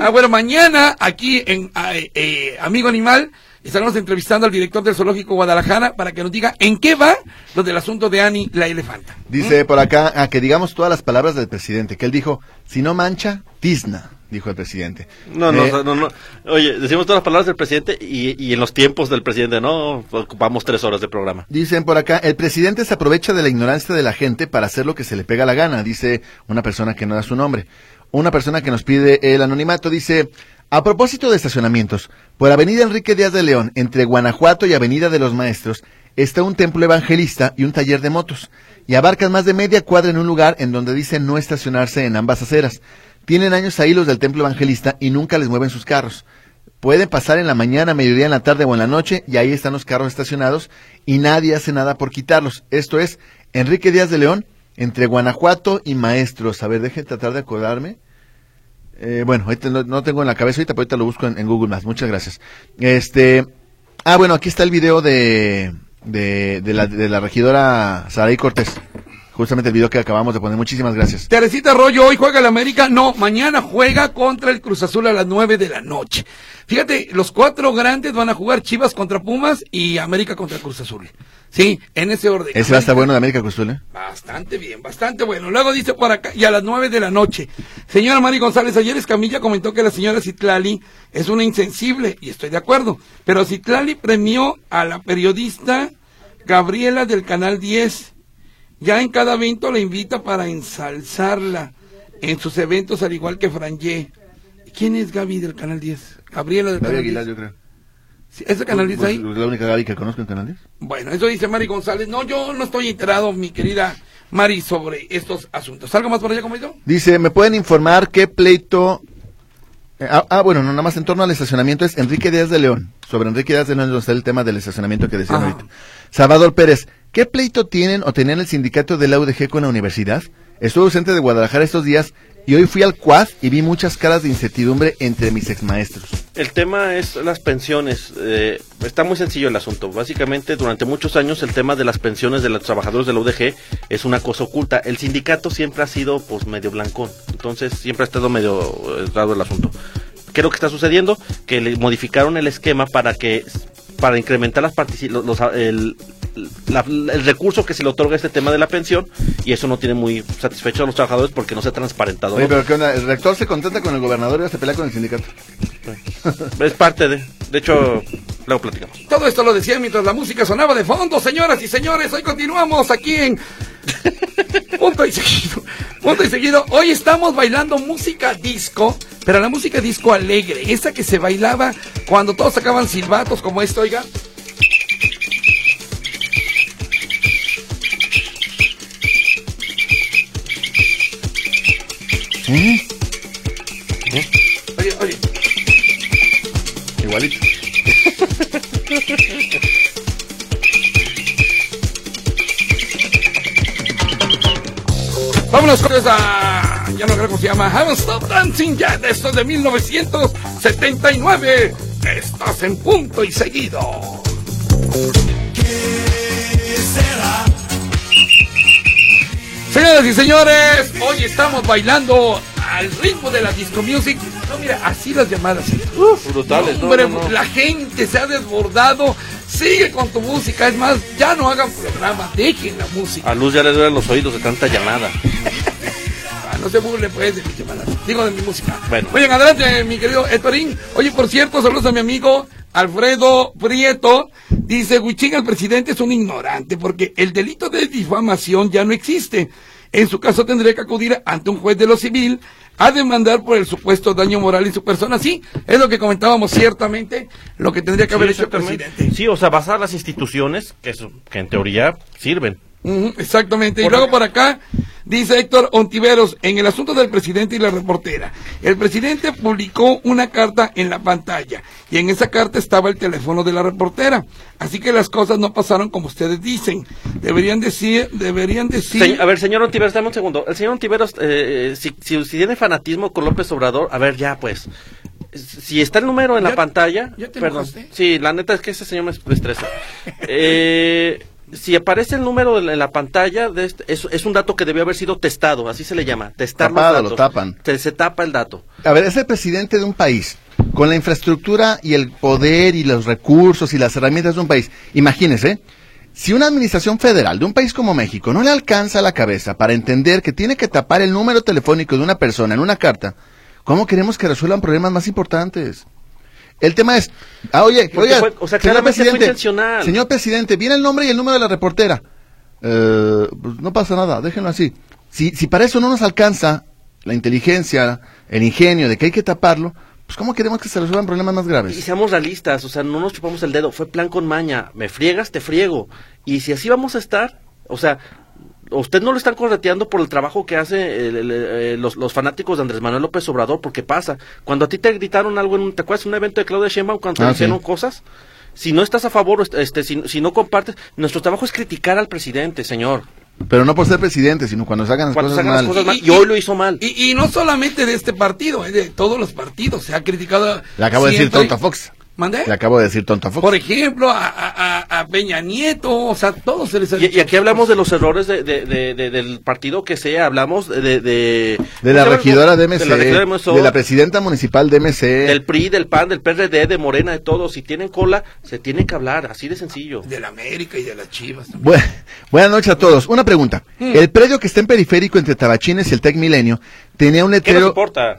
[SPEAKER 4] Ah, bueno, mañana aquí en ah, eh, eh, Amigo Animal estaremos entrevistando al director del Zoológico Guadalajara para que nos diga en qué va lo del asunto de Ani la elefanta.
[SPEAKER 3] Dice por acá a que digamos todas las palabras del presidente, que él dijo, si no mancha, tizna, dijo el presidente.
[SPEAKER 2] No, no,
[SPEAKER 3] Eh,
[SPEAKER 2] no, no. Oye, decimos todas las palabras del presidente y, y en los tiempos del presidente, no, ocupamos tres horas de programa.
[SPEAKER 3] Dicen por acá, el presidente se aprovecha de la ignorancia de la gente para hacer lo que se le pega la gana, dice una persona que no da su nombre. Una persona que nos pide el anonimato dice, a propósito de estacionamientos, por Avenida Enrique Díaz de León, entre Guanajuato y Avenida de los Maestros, está un templo evangelista y un taller de motos, y abarcan más de media cuadra en un lugar en donde dicen no estacionarse en ambas aceras. Tienen años ahí los del templo evangelista y nunca les mueven sus carros. Pueden pasar en la mañana, mediodía, en la tarde o en la noche y ahí están los carros estacionados y nadie hace nada por quitarlos. Esto es Enrique Díaz de León entre Guanajuato y Maestros. A ver, deje tratar de acordarme. Eh, bueno, ahorita no, no tengo en la cabeza ahorita, pero ahorita lo busco en, en Google Maps. Muchas gracias. Este, ah, bueno, aquí está el video de, de, de la, de la regidora Saraí Cortés. Justamente el video que acabamos de poner. Muchísimas gracias.
[SPEAKER 4] Teresita Arroyo, hoy juega el América. No, mañana juega contra el Cruz Azul a las 9 de la noche. Fíjate, los cuatro grandes van a jugar Chivas contra Pumas y América contra Cruz Azul. Sí, en ese orden.
[SPEAKER 3] Ese va a estar
[SPEAKER 4] América-
[SPEAKER 3] bueno de América Cruz Azul, ¿eh?
[SPEAKER 4] Bastante bien, bastante bueno. Luego dice por acá, y a las nueve de la noche. Señora Mari González, ayer Escamilla comentó que la señora Citlali es una insensible, y estoy de acuerdo. Pero Citlali premió a la periodista Gabriela del Canal 10. Ya en cada evento la invita para ensalzarla en sus eventos, al igual que Franje. ¿Quién es Gaby del Canal 10? Gabriela del Canal 10.
[SPEAKER 3] creo.
[SPEAKER 4] Sí, ¿Es el Canal 10 ahí?
[SPEAKER 3] Pues, La única Gaby que conozco en Canal 10.
[SPEAKER 4] Bueno, eso dice Mari González. No, yo no estoy enterado, mi querida Mari, sobre estos asuntos. ¿Algo más por allá, como yo?
[SPEAKER 3] Dice, ¿me pueden informar qué pleito... eh, ah, ah, bueno, no, nada más en torno al estacionamiento es Enrique Díaz de León. Sobre Enrique Díaz de León donde está el tema del estacionamiento que decían
[SPEAKER 4] Ajá.
[SPEAKER 3] ahorita. Salvador Pérez, ¿qué pleito tienen o tenían el sindicato de la UDG con la universidad? Estuve ausente de Guadalajara estos días y hoy fui al CUAD y vi muchas caras de incertidumbre entre mis exmaestros.
[SPEAKER 2] El tema es las pensiones. eh, está muy sencillo el asunto. Básicamente, durante muchos años el tema de las pensiones de los trabajadores de la UDG es una cosa oculta. El sindicato siempre ha sido pues medio blancón. Entonces, siempre ha estado medio eh, raro el asunto. ¿Qué es lo que está sucediendo? Que le modificaron el esquema para que para incrementar las partici- los, los- el, la- el recurso que se le otorga a este tema de la pensión y eso no tiene muy satisfecho a los trabajadores porque no se ha transparentado.
[SPEAKER 3] Oye,
[SPEAKER 2] ¿no?
[SPEAKER 3] pero ¿qué onda? El rector se contenta con el gobernador y ahora se pelea con el sindicato.
[SPEAKER 2] Es parte de... De hecho, luego platicamos.
[SPEAKER 4] Todo esto lo decía mientras la música sonaba de fondo, señoras y señores. Hoy continuamos aquí en. Punto y seguido. Punto y seguido. Hoy estamos bailando música disco, pero la música disco alegre. Esa que se bailaba cuando todos sacaban silbatos, como esto, oiga. Vámonos con esa. Ya no creo cómo se llama. Haven't Stop Dancing ya de estos de 1979. Estás en punto y seguido. Señoras y señores, hoy estamos bailando al ritmo de la disco music. No, mira, así las llamadas.
[SPEAKER 2] Brutales, no,
[SPEAKER 4] Hombre,
[SPEAKER 2] no, no.
[SPEAKER 4] la gente se ha desbordado. Sigue con tu música. Es más, ya no hagan programa. Dejen la música.
[SPEAKER 2] A Luz ya le duelen los oídos de tanta llamada.
[SPEAKER 4] Ah, No se burle, pues, de mi llamada. Digo, de mi música.
[SPEAKER 2] Bueno.
[SPEAKER 4] Oigan, adelante, mi querido Estorín. Oye, por cierto, saludos a mi amigo Alfredo Prieto. Dice, Huichín, el presidente es un ignorante porque el delito de difamación ya no existe. En su caso tendría que acudir ante un juez de lo civil a demandar por el supuesto daño moral en su persona. Sí, es lo que comentábamos ciertamente, lo que tendría que haber
[SPEAKER 2] Sí,
[SPEAKER 4] hecho el
[SPEAKER 2] exactamente.
[SPEAKER 4] presidente.
[SPEAKER 2] Sí, o sea, basar las instituciones que, su- que en teoría sirven.
[SPEAKER 4] Ujú, exactamente. Y luego por acá dice Héctor Ontiveros, en el asunto del presidente y la reportera. El presidente publicó una carta en la pantalla y en esa carta estaba el teléfono de la reportera. Así que las cosas no pasaron como ustedes dicen. Deberían decir, deberían decir...
[SPEAKER 2] Se- a ver, señor Ontiveros, dame un segundo. El señor Ontiveros, eh, si, si, si tiene fanatismo con López Obrador, a ver, ya pues. Si está el número en la
[SPEAKER 4] Ya-
[SPEAKER 2] pantalla.
[SPEAKER 4] ya te
[SPEAKER 2] perdón.
[SPEAKER 4] enojaste.
[SPEAKER 2] Sí, la neta es que ese señor me me estresa. Eh, si aparece el número en la- en la pantalla, de este- es, es un dato que debió haber sido testado, así se le llama. Testar los
[SPEAKER 3] Tapado, lo
[SPEAKER 2] datos.
[SPEAKER 3] tapan.
[SPEAKER 2] Te- se tapa el dato.
[SPEAKER 3] A ver, es el presidente de un país con la infraestructura y el poder y los recursos y las herramientas de un país. Imagínese, si una administración federal de un país como México no le alcanza la cabeza para entender que tiene que tapar el número telefónico de una persona en una carta, ¿cómo queremos que resuelvan problemas más importantes? El tema es, ah, oye,
[SPEAKER 2] Porque
[SPEAKER 3] oiga,
[SPEAKER 2] fue- o sea,
[SPEAKER 3] señor
[SPEAKER 2] claramente fue
[SPEAKER 3] presidente,
[SPEAKER 2] intencional.
[SPEAKER 3] señor presidente, viene el nombre y el número de la reportera. Eh, pues no pasa nada, déjenlo así. Si, si para eso no nos alcanza la inteligencia, el ingenio de que hay que taparlo, pues ¿cómo queremos que se resuelvan problemas más
[SPEAKER 2] Y
[SPEAKER 3] graves?
[SPEAKER 2] seamos realistas, o sea, no nos chupamos el dedo, fue plan con maña, me friegas, te friego. Y si así vamos a estar, o sea, a usted no lo están correteando por el trabajo que hace el- el- eh, los, los fanáticos de Andrés Manuel López Obrador, porque pasa. Cuando a ti te gritaron algo en un, ¿te acuerdas? Un evento de Claudia Sheinbaum cuando te
[SPEAKER 3] Ah,
[SPEAKER 2] hicieron
[SPEAKER 3] sí.
[SPEAKER 2] cosas. Si no estás a favor, o est- este, si, si no compartes, nuestro trabajo es criticar al presidente, señor.
[SPEAKER 3] Pero no por ser presidente, sino cuando se hagan las
[SPEAKER 2] Cuando se
[SPEAKER 3] cosas
[SPEAKER 2] hagan las
[SPEAKER 3] mal.
[SPEAKER 2] cosas mal, y hoy lo hizo mal.
[SPEAKER 4] Y, y no solamente de este partido, es de todos los partidos. Se ha criticado...
[SPEAKER 3] Le acabo de decir
[SPEAKER 4] siempre-
[SPEAKER 3] tonto a Fox.
[SPEAKER 4] ¿Mandé?
[SPEAKER 3] Le acabo de decir tonto a Fox.
[SPEAKER 4] Por ejemplo, a, a, a- a Peña Nieto, o sea, todos se les ha
[SPEAKER 2] Y, y
[SPEAKER 4] dicho.
[SPEAKER 2] aquí hablamos de los errores de, de- de- de- del partido que sea, hablamos de... De, de-
[SPEAKER 3] de la
[SPEAKER 2] ¿cómo se llama?
[SPEAKER 3] regidora de MC,
[SPEAKER 2] De la regidora de E, MSO.
[SPEAKER 3] de la presidenta municipal de MC,
[SPEAKER 2] del PRI, del PAN, del PRD, de Morena, de todos. Si tienen cola, se tienen que hablar, así de sencillo.
[SPEAKER 4] Del América y de las Chivas. también.
[SPEAKER 3] Bu- buenas noches a todos. Una pregunta.
[SPEAKER 2] Hmm.
[SPEAKER 3] El predio que está en periférico entre Tabachines y el Tec Milenio tenía un
[SPEAKER 2] ¿Qué nos
[SPEAKER 3] letrero,
[SPEAKER 2] importa?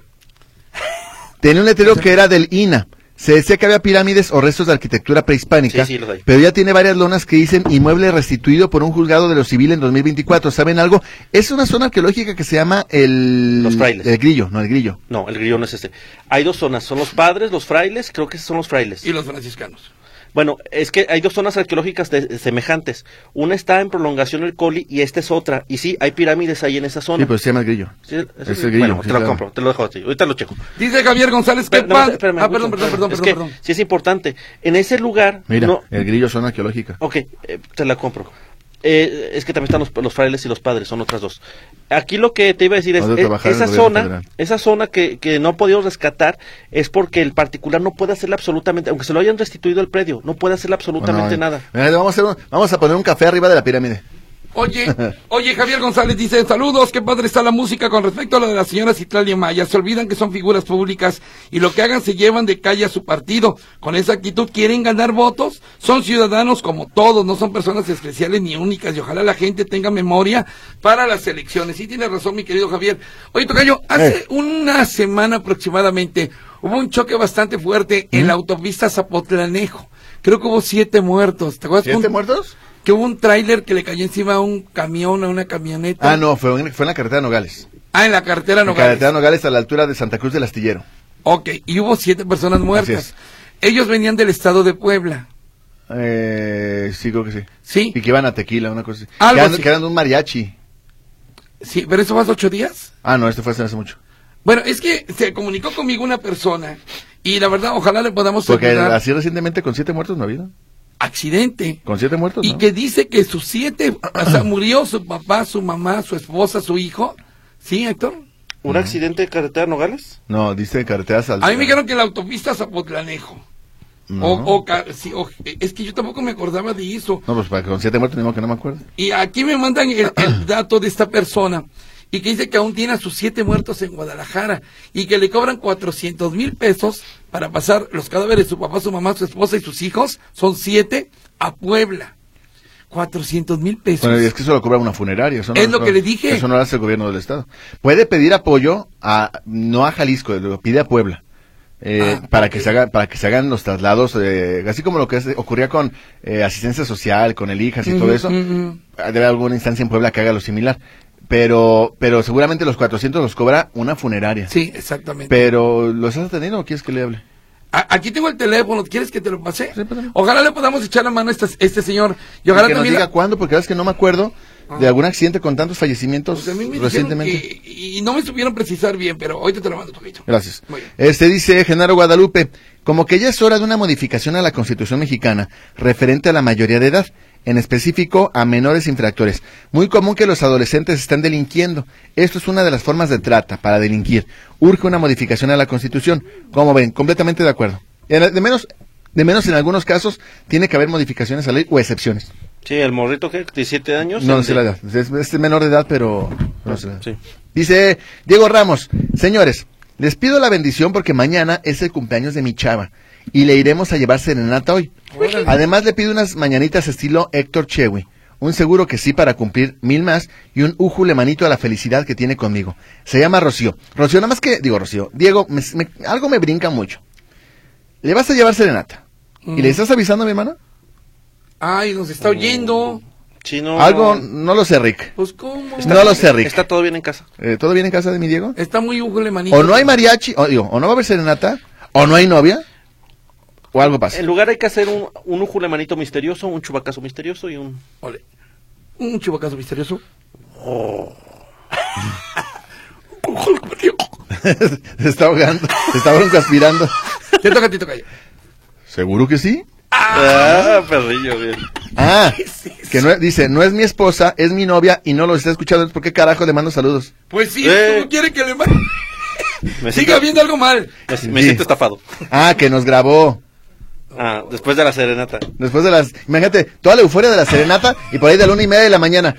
[SPEAKER 3] tenía un letrero que era del INA. Se decía que había pirámides o restos de arquitectura prehispánica,
[SPEAKER 2] Sí, sí, los hay.
[SPEAKER 3] pero ya tiene varias lonas que dicen inmueble restituido por un juzgado de lo civil en 2024. ¿Saben algo? Es una zona arqueológica que se llama el...
[SPEAKER 2] Los Frailes.
[SPEAKER 3] El grillo, no el grillo.
[SPEAKER 2] No, el grillo no es este. Hay dos zonas, son los padres, los frailes, creo que son los frailes.
[SPEAKER 4] Y los franciscanos.
[SPEAKER 2] Bueno, es que hay dos zonas arqueológicas de- de semejantes. Una está en prolongación el Coli y esta es otra. Y sí, hay pirámides ahí en esa zona.
[SPEAKER 3] Sí,
[SPEAKER 4] pues,
[SPEAKER 3] pero se llama el grillo.
[SPEAKER 2] Sí, eso-
[SPEAKER 3] es el grillo.
[SPEAKER 2] bueno,
[SPEAKER 3] sí,
[SPEAKER 2] te lo
[SPEAKER 3] claro.
[SPEAKER 2] compro, te lo dejo así. Ahorita lo checo.
[SPEAKER 4] Dice Javier González que
[SPEAKER 2] Pero, no,
[SPEAKER 4] pan-
[SPEAKER 2] espérame,
[SPEAKER 4] Ah,
[SPEAKER 2] Wilson,
[SPEAKER 4] perdón, perdón, perdón,
[SPEAKER 2] es
[SPEAKER 4] perdón,
[SPEAKER 2] que
[SPEAKER 4] perdón.
[SPEAKER 2] Sí es importante. En ese lugar...
[SPEAKER 3] Mira,
[SPEAKER 2] no-
[SPEAKER 3] el grillo zona arqueológica.
[SPEAKER 2] Ok, eh, te la compro. Eh, es que también están los, los frailes y los padres, son otras dos. Aquí lo que te iba a decir es,
[SPEAKER 3] Vas a
[SPEAKER 2] eh,
[SPEAKER 3] trabajar en
[SPEAKER 2] esa
[SPEAKER 3] el gobierno
[SPEAKER 2] zona,
[SPEAKER 3] federal.
[SPEAKER 2] esa zona que, que no ha podido rescatar es porque el particular no puede hacerle absolutamente, aunque se lo hayan restituido el predio, no puede hacerle absolutamente
[SPEAKER 3] Bueno,
[SPEAKER 2] nada.
[SPEAKER 3] eh, Vamos a, hacer un- vamos a poner un café arriba de la pirámide.
[SPEAKER 4] Oye, oye, Javier González dice, saludos, qué padre está la música con respecto a lo de la señora Citralia Maya. Se olvidan que son figuras públicas y lo que hagan se llevan de calle a su partido. Con esa actitud quieren ganar votos, son ciudadanos como todos, no son personas especiales ni únicas y ojalá la gente tenga memoria para las elecciones. Sí tiene razón mi querido Javier. Oye, Tocayo, hace
[SPEAKER 3] Eh.
[SPEAKER 4] una semana aproximadamente hubo un choque bastante fuerte en la autopista Zapotlanejo. Creo que hubo siete muertos. ¿Te acuerdas?
[SPEAKER 3] ¿Siete
[SPEAKER 4] Un-
[SPEAKER 3] muertos?
[SPEAKER 4] que hubo un tráiler que le cayó encima a un camión, a una camioneta.
[SPEAKER 3] Ah, no, fue en, fue en la carretera de Nogales.
[SPEAKER 4] Ah, en la carretera
[SPEAKER 3] En la
[SPEAKER 4] Nogales.
[SPEAKER 3] carretera de Nogales a la altura de Santa Cruz del Astillero.
[SPEAKER 4] Ok, y hubo siete personas muertas.
[SPEAKER 3] es.
[SPEAKER 4] Ellos venían del estado de Puebla.
[SPEAKER 3] Eh, sí, creo que sí.
[SPEAKER 4] Sí.
[SPEAKER 3] Y que iban a tequila, una cosa así.
[SPEAKER 4] Algo
[SPEAKER 3] que, eran,
[SPEAKER 4] así.
[SPEAKER 3] que eran de un mariachi. este
[SPEAKER 4] Sí, pero eso fue hace ocho días.
[SPEAKER 3] Ah, no, esto fue hace hace mucho.
[SPEAKER 4] Bueno, es que se comunicó conmigo una persona Y la verdad, ojalá le podamos
[SPEAKER 3] Porque
[SPEAKER 4] ayudar.
[SPEAKER 3] así recientemente con siete muertos no ha habido.
[SPEAKER 4] accidente.
[SPEAKER 3] Con siete muertos.
[SPEAKER 4] Y
[SPEAKER 3] no.
[SPEAKER 4] que dice que sus siete, o sea, murió su papá, su mamá, su esposa, su hijo. ¿Sí, Héctor?
[SPEAKER 3] Mm.
[SPEAKER 2] ¿Un accidente de carretera Nogales?
[SPEAKER 3] No, dice carreteras al.
[SPEAKER 4] A mí me dijeron que la autopista Zapotlanejo.
[SPEAKER 3] No.
[SPEAKER 4] O, o ca- sí, o- es que yo tampoco me acordaba de eso.
[SPEAKER 3] No, pues para que con siete muertos, ni modo que no me acuerdo.
[SPEAKER 4] Y aquí me mandan el, el dato de esta persona y que dice que aún tiene a sus siete muertos en Guadalajara y que le cobran 400 mil pesos para pasar los cadáveres de su papá, su mamá, su esposa y sus hijos, son siete, a Puebla. 400 mil pesos.
[SPEAKER 3] Bueno, y es que eso lo cobra una funeraria. eso no
[SPEAKER 4] Es lo que
[SPEAKER 3] cobra-
[SPEAKER 4] le dije.
[SPEAKER 3] Eso no lo hace el gobierno del Estado. Puede pedir apoyo a, no a Jalisco, lo pide a Puebla. eh,
[SPEAKER 4] Ah,
[SPEAKER 3] para
[SPEAKER 4] ok.
[SPEAKER 3] que se haga, para que se hagan los traslados eh, así como lo que es- ocurría con eh, asistencia social con el hijas y todo eso
[SPEAKER 4] ujú.
[SPEAKER 3] debe haber alguna instancia en Puebla que haga lo similar pero pero seguramente los 400 los cobra una funeraria
[SPEAKER 4] Sí, exactamente.
[SPEAKER 3] pero lo estás atendiendo o quieres que le hable
[SPEAKER 4] A- aquí tengo el teléfono, ¿quieres que te lo pase?
[SPEAKER 3] Sí, pásame.
[SPEAKER 4] Ojalá le podamos echar la mano a este, este señor. Y
[SPEAKER 3] Y
[SPEAKER 4] ojalá
[SPEAKER 3] que nos
[SPEAKER 4] también...
[SPEAKER 3] diga
[SPEAKER 4] la- Ah.
[SPEAKER 3] cuándo, porque la verdad es que no me acuerdo de algún accidente con tantos fallecimientos
[SPEAKER 4] Pues a mí me dijeron
[SPEAKER 3] recientemente.
[SPEAKER 4] que- y no me supieron precisar bien, pero ahorita te lo mando, Tocayo.
[SPEAKER 3] Gracias.
[SPEAKER 4] Muy bien.
[SPEAKER 3] Este dice Genaro Guadalupe, como que ya es hora de una modificación a la Constitución mexicana referente a la mayoría de edad, en específico a menores infractores. Muy común que los adolescentes están delinquiendo. Esto es una de las formas de trata para delinquir. Urge una modificación a la Constitución. Como ven, completamente de acuerdo. En- De menos, de menos en algunos casos tiene que haber modificaciones a la ley o excepciones.
[SPEAKER 2] Sí, el morrito que 17 años.
[SPEAKER 3] No,
[SPEAKER 2] El
[SPEAKER 3] no sé
[SPEAKER 2] de-
[SPEAKER 3] la edad. Es, es menor de edad, pero. no sé la edad.
[SPEAKER 2] Sí.
[SPEAKER 3] Dice Diego Ramos: Señores, les pido la bendición porque mañana es el cumpleaños de mi chava y le iremos a llevar serenata hoy.
[SPEAKER 4] Órale.
[SPEAKER 3] Además, le pido unas mañanitas estilo Héctor Chewy. Un seguro que sí para cumplir mil más y un ujule manito a la felicidad que tiene conmigo. Se llama Rocío. Rocío, nada más que, digo Rocío, Diego, me- me- algo me brinca mucho. Le vas a llevar serenata. ¿Y
[SPEAKER 2] Mm.
[SPEAKER 3] le estás avisando a mi hermana?
[SPEAKER 4] Ay, nos
[SPEAKER 3] Oh.
[SPEAKER 4] está oyendo.
[SPEAKER 2] Sí, no,
[SPEAKER 3] Algo,
[SPEAKER 2] no.
[SPEAKER 3] no lo sé, Rick.
[SPEAKER 4] Pues cómo.
[SPEAKER 3] No lo sé, Rick.
[SPEAKER 2] Está todo bien en casa.
[SPEAKER 3] Eh, ¿Todo bien en casa de mi Diego?
[SPEAKER 4] Está muy Google manito.
[SPEAKER 3] O no hay mariachi, o, digo, o no va a haber serenata, o no hay novia, o algo pasa.
[SPEAKER 2] En lugar hay que hacer un, un ujulemanito misterioso, un chubacazo misterioso y un...
[SPEAKER 4] Ole. Un chubacazo misterioso.
[SPEAKER 3] Oh. se está ahogando, se está ahogando aspirando.
[SPEAKER 4] Te toca a ti, toca yo.
[SPEAKER 3] ¿Seguro que sí?
[SPEAKER 2] Ah, perrillo, bien.
[SPEAKER 3] Ah, que no, es- dice, no es mi esposa, es mi novia y no lo está escuchando. ¿Por qué carajo le mando saludos?
[SPEAKER 4] Pues sí,
[SPEAKER 2] Eh.
[SPEAKER 4] tú quiere que le mande.
[SPEAKER 3] Pues
[SPEAKER 2] Me
[SPEAKER 4] Siga
[SPEAKER 2] siento,
[SPEAKER 4] viendo algo mal.
[SPEAKER 2] me, me
[SPEAKER 3] Sí.
[SPEAKER 2] siento estafado.
[SPEAKER 3] Ah, que nos grabó.
[SPEAKER 2] Ah, después de la serenata.
[SPEAKER 3] Después de las, imagínate, toda la euforia de la serenata y por ahí de la una y media de la mañana.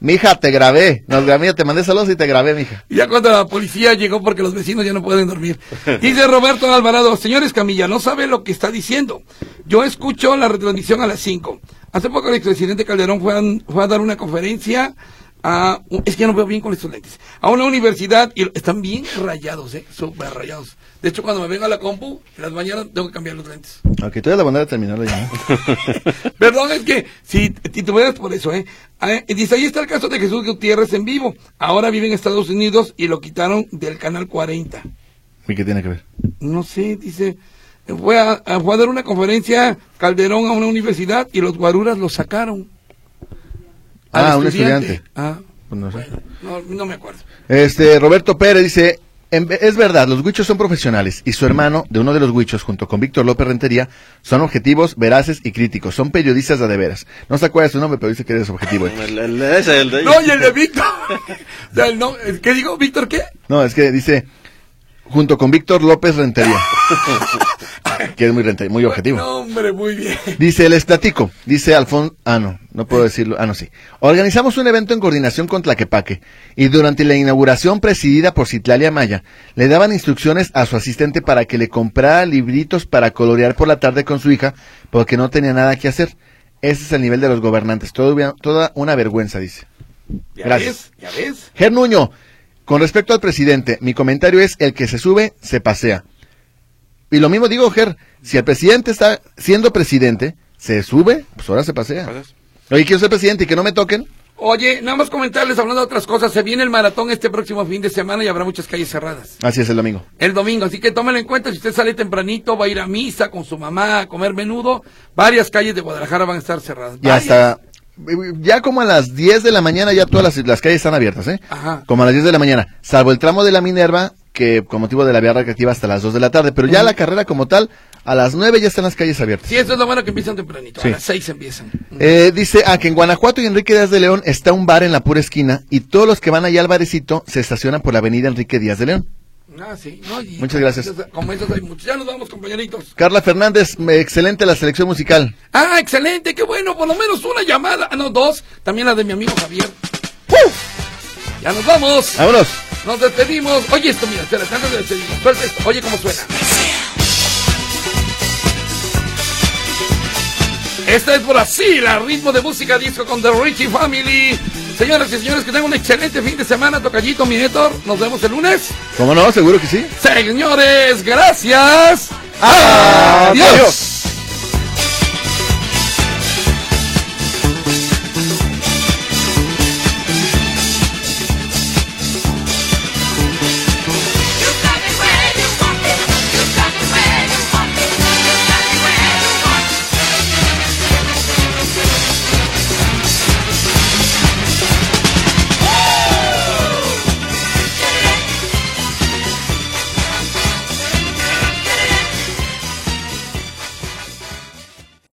[SPEAKER 3] Mija, te grabé, nos grabé, te mandé saludos y te grabé, mija.
[SPEAKER 4] Ya cuando la policía llegó porque los vecinos ya no pueden dormir. Dice Roberto Alvarado, señores Camilla, no sabe lo que está diciendo. Yo escucho la retransmisión a las 5. Hace poco el expresidente Calderón fue a, fue a dar una conferencia a... Es que ya no veo bien con estos lentes. A una universidad y están bien rayados, ¿eh? Súper rayados. De hecho, cuando me venga la compu, en las mañanas tengo que cambiar los lentes.
[SPEAKER 3] Ok, tú eres la bondad de terminar la llamada.
[SPEAKER 4] Perdón, es que si titubeas por eso, ¿eh? Ah, eh, Dice, ahí está el caso de Jesús Gutiérrez en vivo. Ahora vive en Estados Unidos y lo quitaron del canal 40.
[SPEAKER 3] ¿Y qué tiene que ver?
[SPEAKER 4] No sé, dice, fue a, a- fue a dar una conferencia Calderón a una universidad y los guaruras lo sacaron. Al
[SPEAKER 3] Ah, un estudiante.
[SPEAKER 4] Ah,
[SPEAKER 3] Pues no sé.
[SPEAKER 4] no, no me acuerdo.
[SPEAKER 3] Este, Roberto Pérez dice, "En ve- es verdad, los huichos son profesionales y su hermano, de uno de los huichos, junto con Víctor López Rentería, son objetivos, veraces y críticos. Son periodistas de a de veras. No se acuerda de su nombre, pero dice que eres objetivo. ¿eh?
[SPEAKER 2] El- el- es el de...
[SPEAKER 4] No, y el de Víctor. O sea, el no- el- ¿Qué digo? ¿Víctor qué?
[SPEAKER 3] No, es que dice, junto con Víctor López Rentería. que es muy, rente- muy objetivo.
[SPEAKER 4] No, hombre, muy bien.
[SPEAKER 3] Dice, les platico, dice Alfonso, ah no, no puedo decirlo, ah no sí. Organizamos un evento en coordinación con Tlaquepaque y durante la inauguración presidida por Citlalia Maya, le daban instrucciones a su asistente para que le comprara libritos para colorear por la tarde con su hija porque no tenía nada que hacer. Ese es el nivel de los gobernantes, Todo- toda una vergüenza, dice.
[SPEAKER 4] Ya
[SPEAKER 3] Gracias.
[SPEAKER 4] ves, ya ves.
[SPEAKER 3] Ger Nuño, con respecto al presidente, mi comentario es el que se sube, se pasea. Y lo mismo digo, Ger, si el presidente está siendo presidente, se sube, pues ahora se pasea.
[SPEAKER 2] Gracias.
[SPEAKER 3] Oye, quiero ser presidente y que no me toquen.
[SPEAKER 4] Oye, nada más comentarles hablando de otras cosas. Se viene el maratón este próximo fin de semana y habrá muchas calles cerradas.
[SPEAKER 3] Así es el domingo.
[SPEAKER 4] El domingo, así que tómenlo en cuenta, si usted sale tempranito, va a ir a misa con su mamá, a comer menudo, varias calles de Guadalajara van a estar cerradas.
[SPEAKER 3] Y hasta, ya como a las 10 de la mañana, ya todas las, las calles están abiertas, ¿eh?
[SPEAKER 4] Ajá.
[SPEAKER 3] Como a las 10 de la mañana, salvo el tramo de la Minerva, que con motivo de la vía recreativa hasta las 2 de la tarde. Pero ya la carrera como tal, a las 9 ya están las calles abiertas.
[SPEAKER 4] Sí, eso es lo bueno que empiezan tempranito.
[SPEAKER 3] Sí.
[SPEAKER 4] A las seis empiezan. Mm.
[SPEAKER 3] Eh, dice, ah, que en Guanajuato y Enrique Díaz de León está un bar en la pura esquina y todos los que van allá al barecito se estacionan por la avenida Enrique Díaz de León.
[SPEAKER 4] Ah, sí. no, y-
[SPEAKER 3] Muchas gracias.
[SPEAKER 4] Como esos hay muchos. Ya nos vamos, compañeritos.
[SPEAKER 3] Carla Fernández, eh, excelente la selección musical.
[SPEAKER 4] Ah, excelente, qué bueno. Por lo menos una llamada. Ah, No, dos. También la de mi amigo Javier. Ya nos vamos.
[SPEAKER 3] Vámonos.
[SPEAKER 4] Nos despedimos. Oye esto, mira, espera, antes de despedirnos. Suelta esto. Oye cómo suena. Esta es Brasil, a ritmo de música disco con The Richie Family. Señoras y señores, que tengan un excelente fin de semana, tocallito, mi Héctor. Nos vemos el lunes.
[SPEAKER 3] ¿Cómo no? Seguro que sí.
[SPEAKER 4] Señores, gracias. Adiós.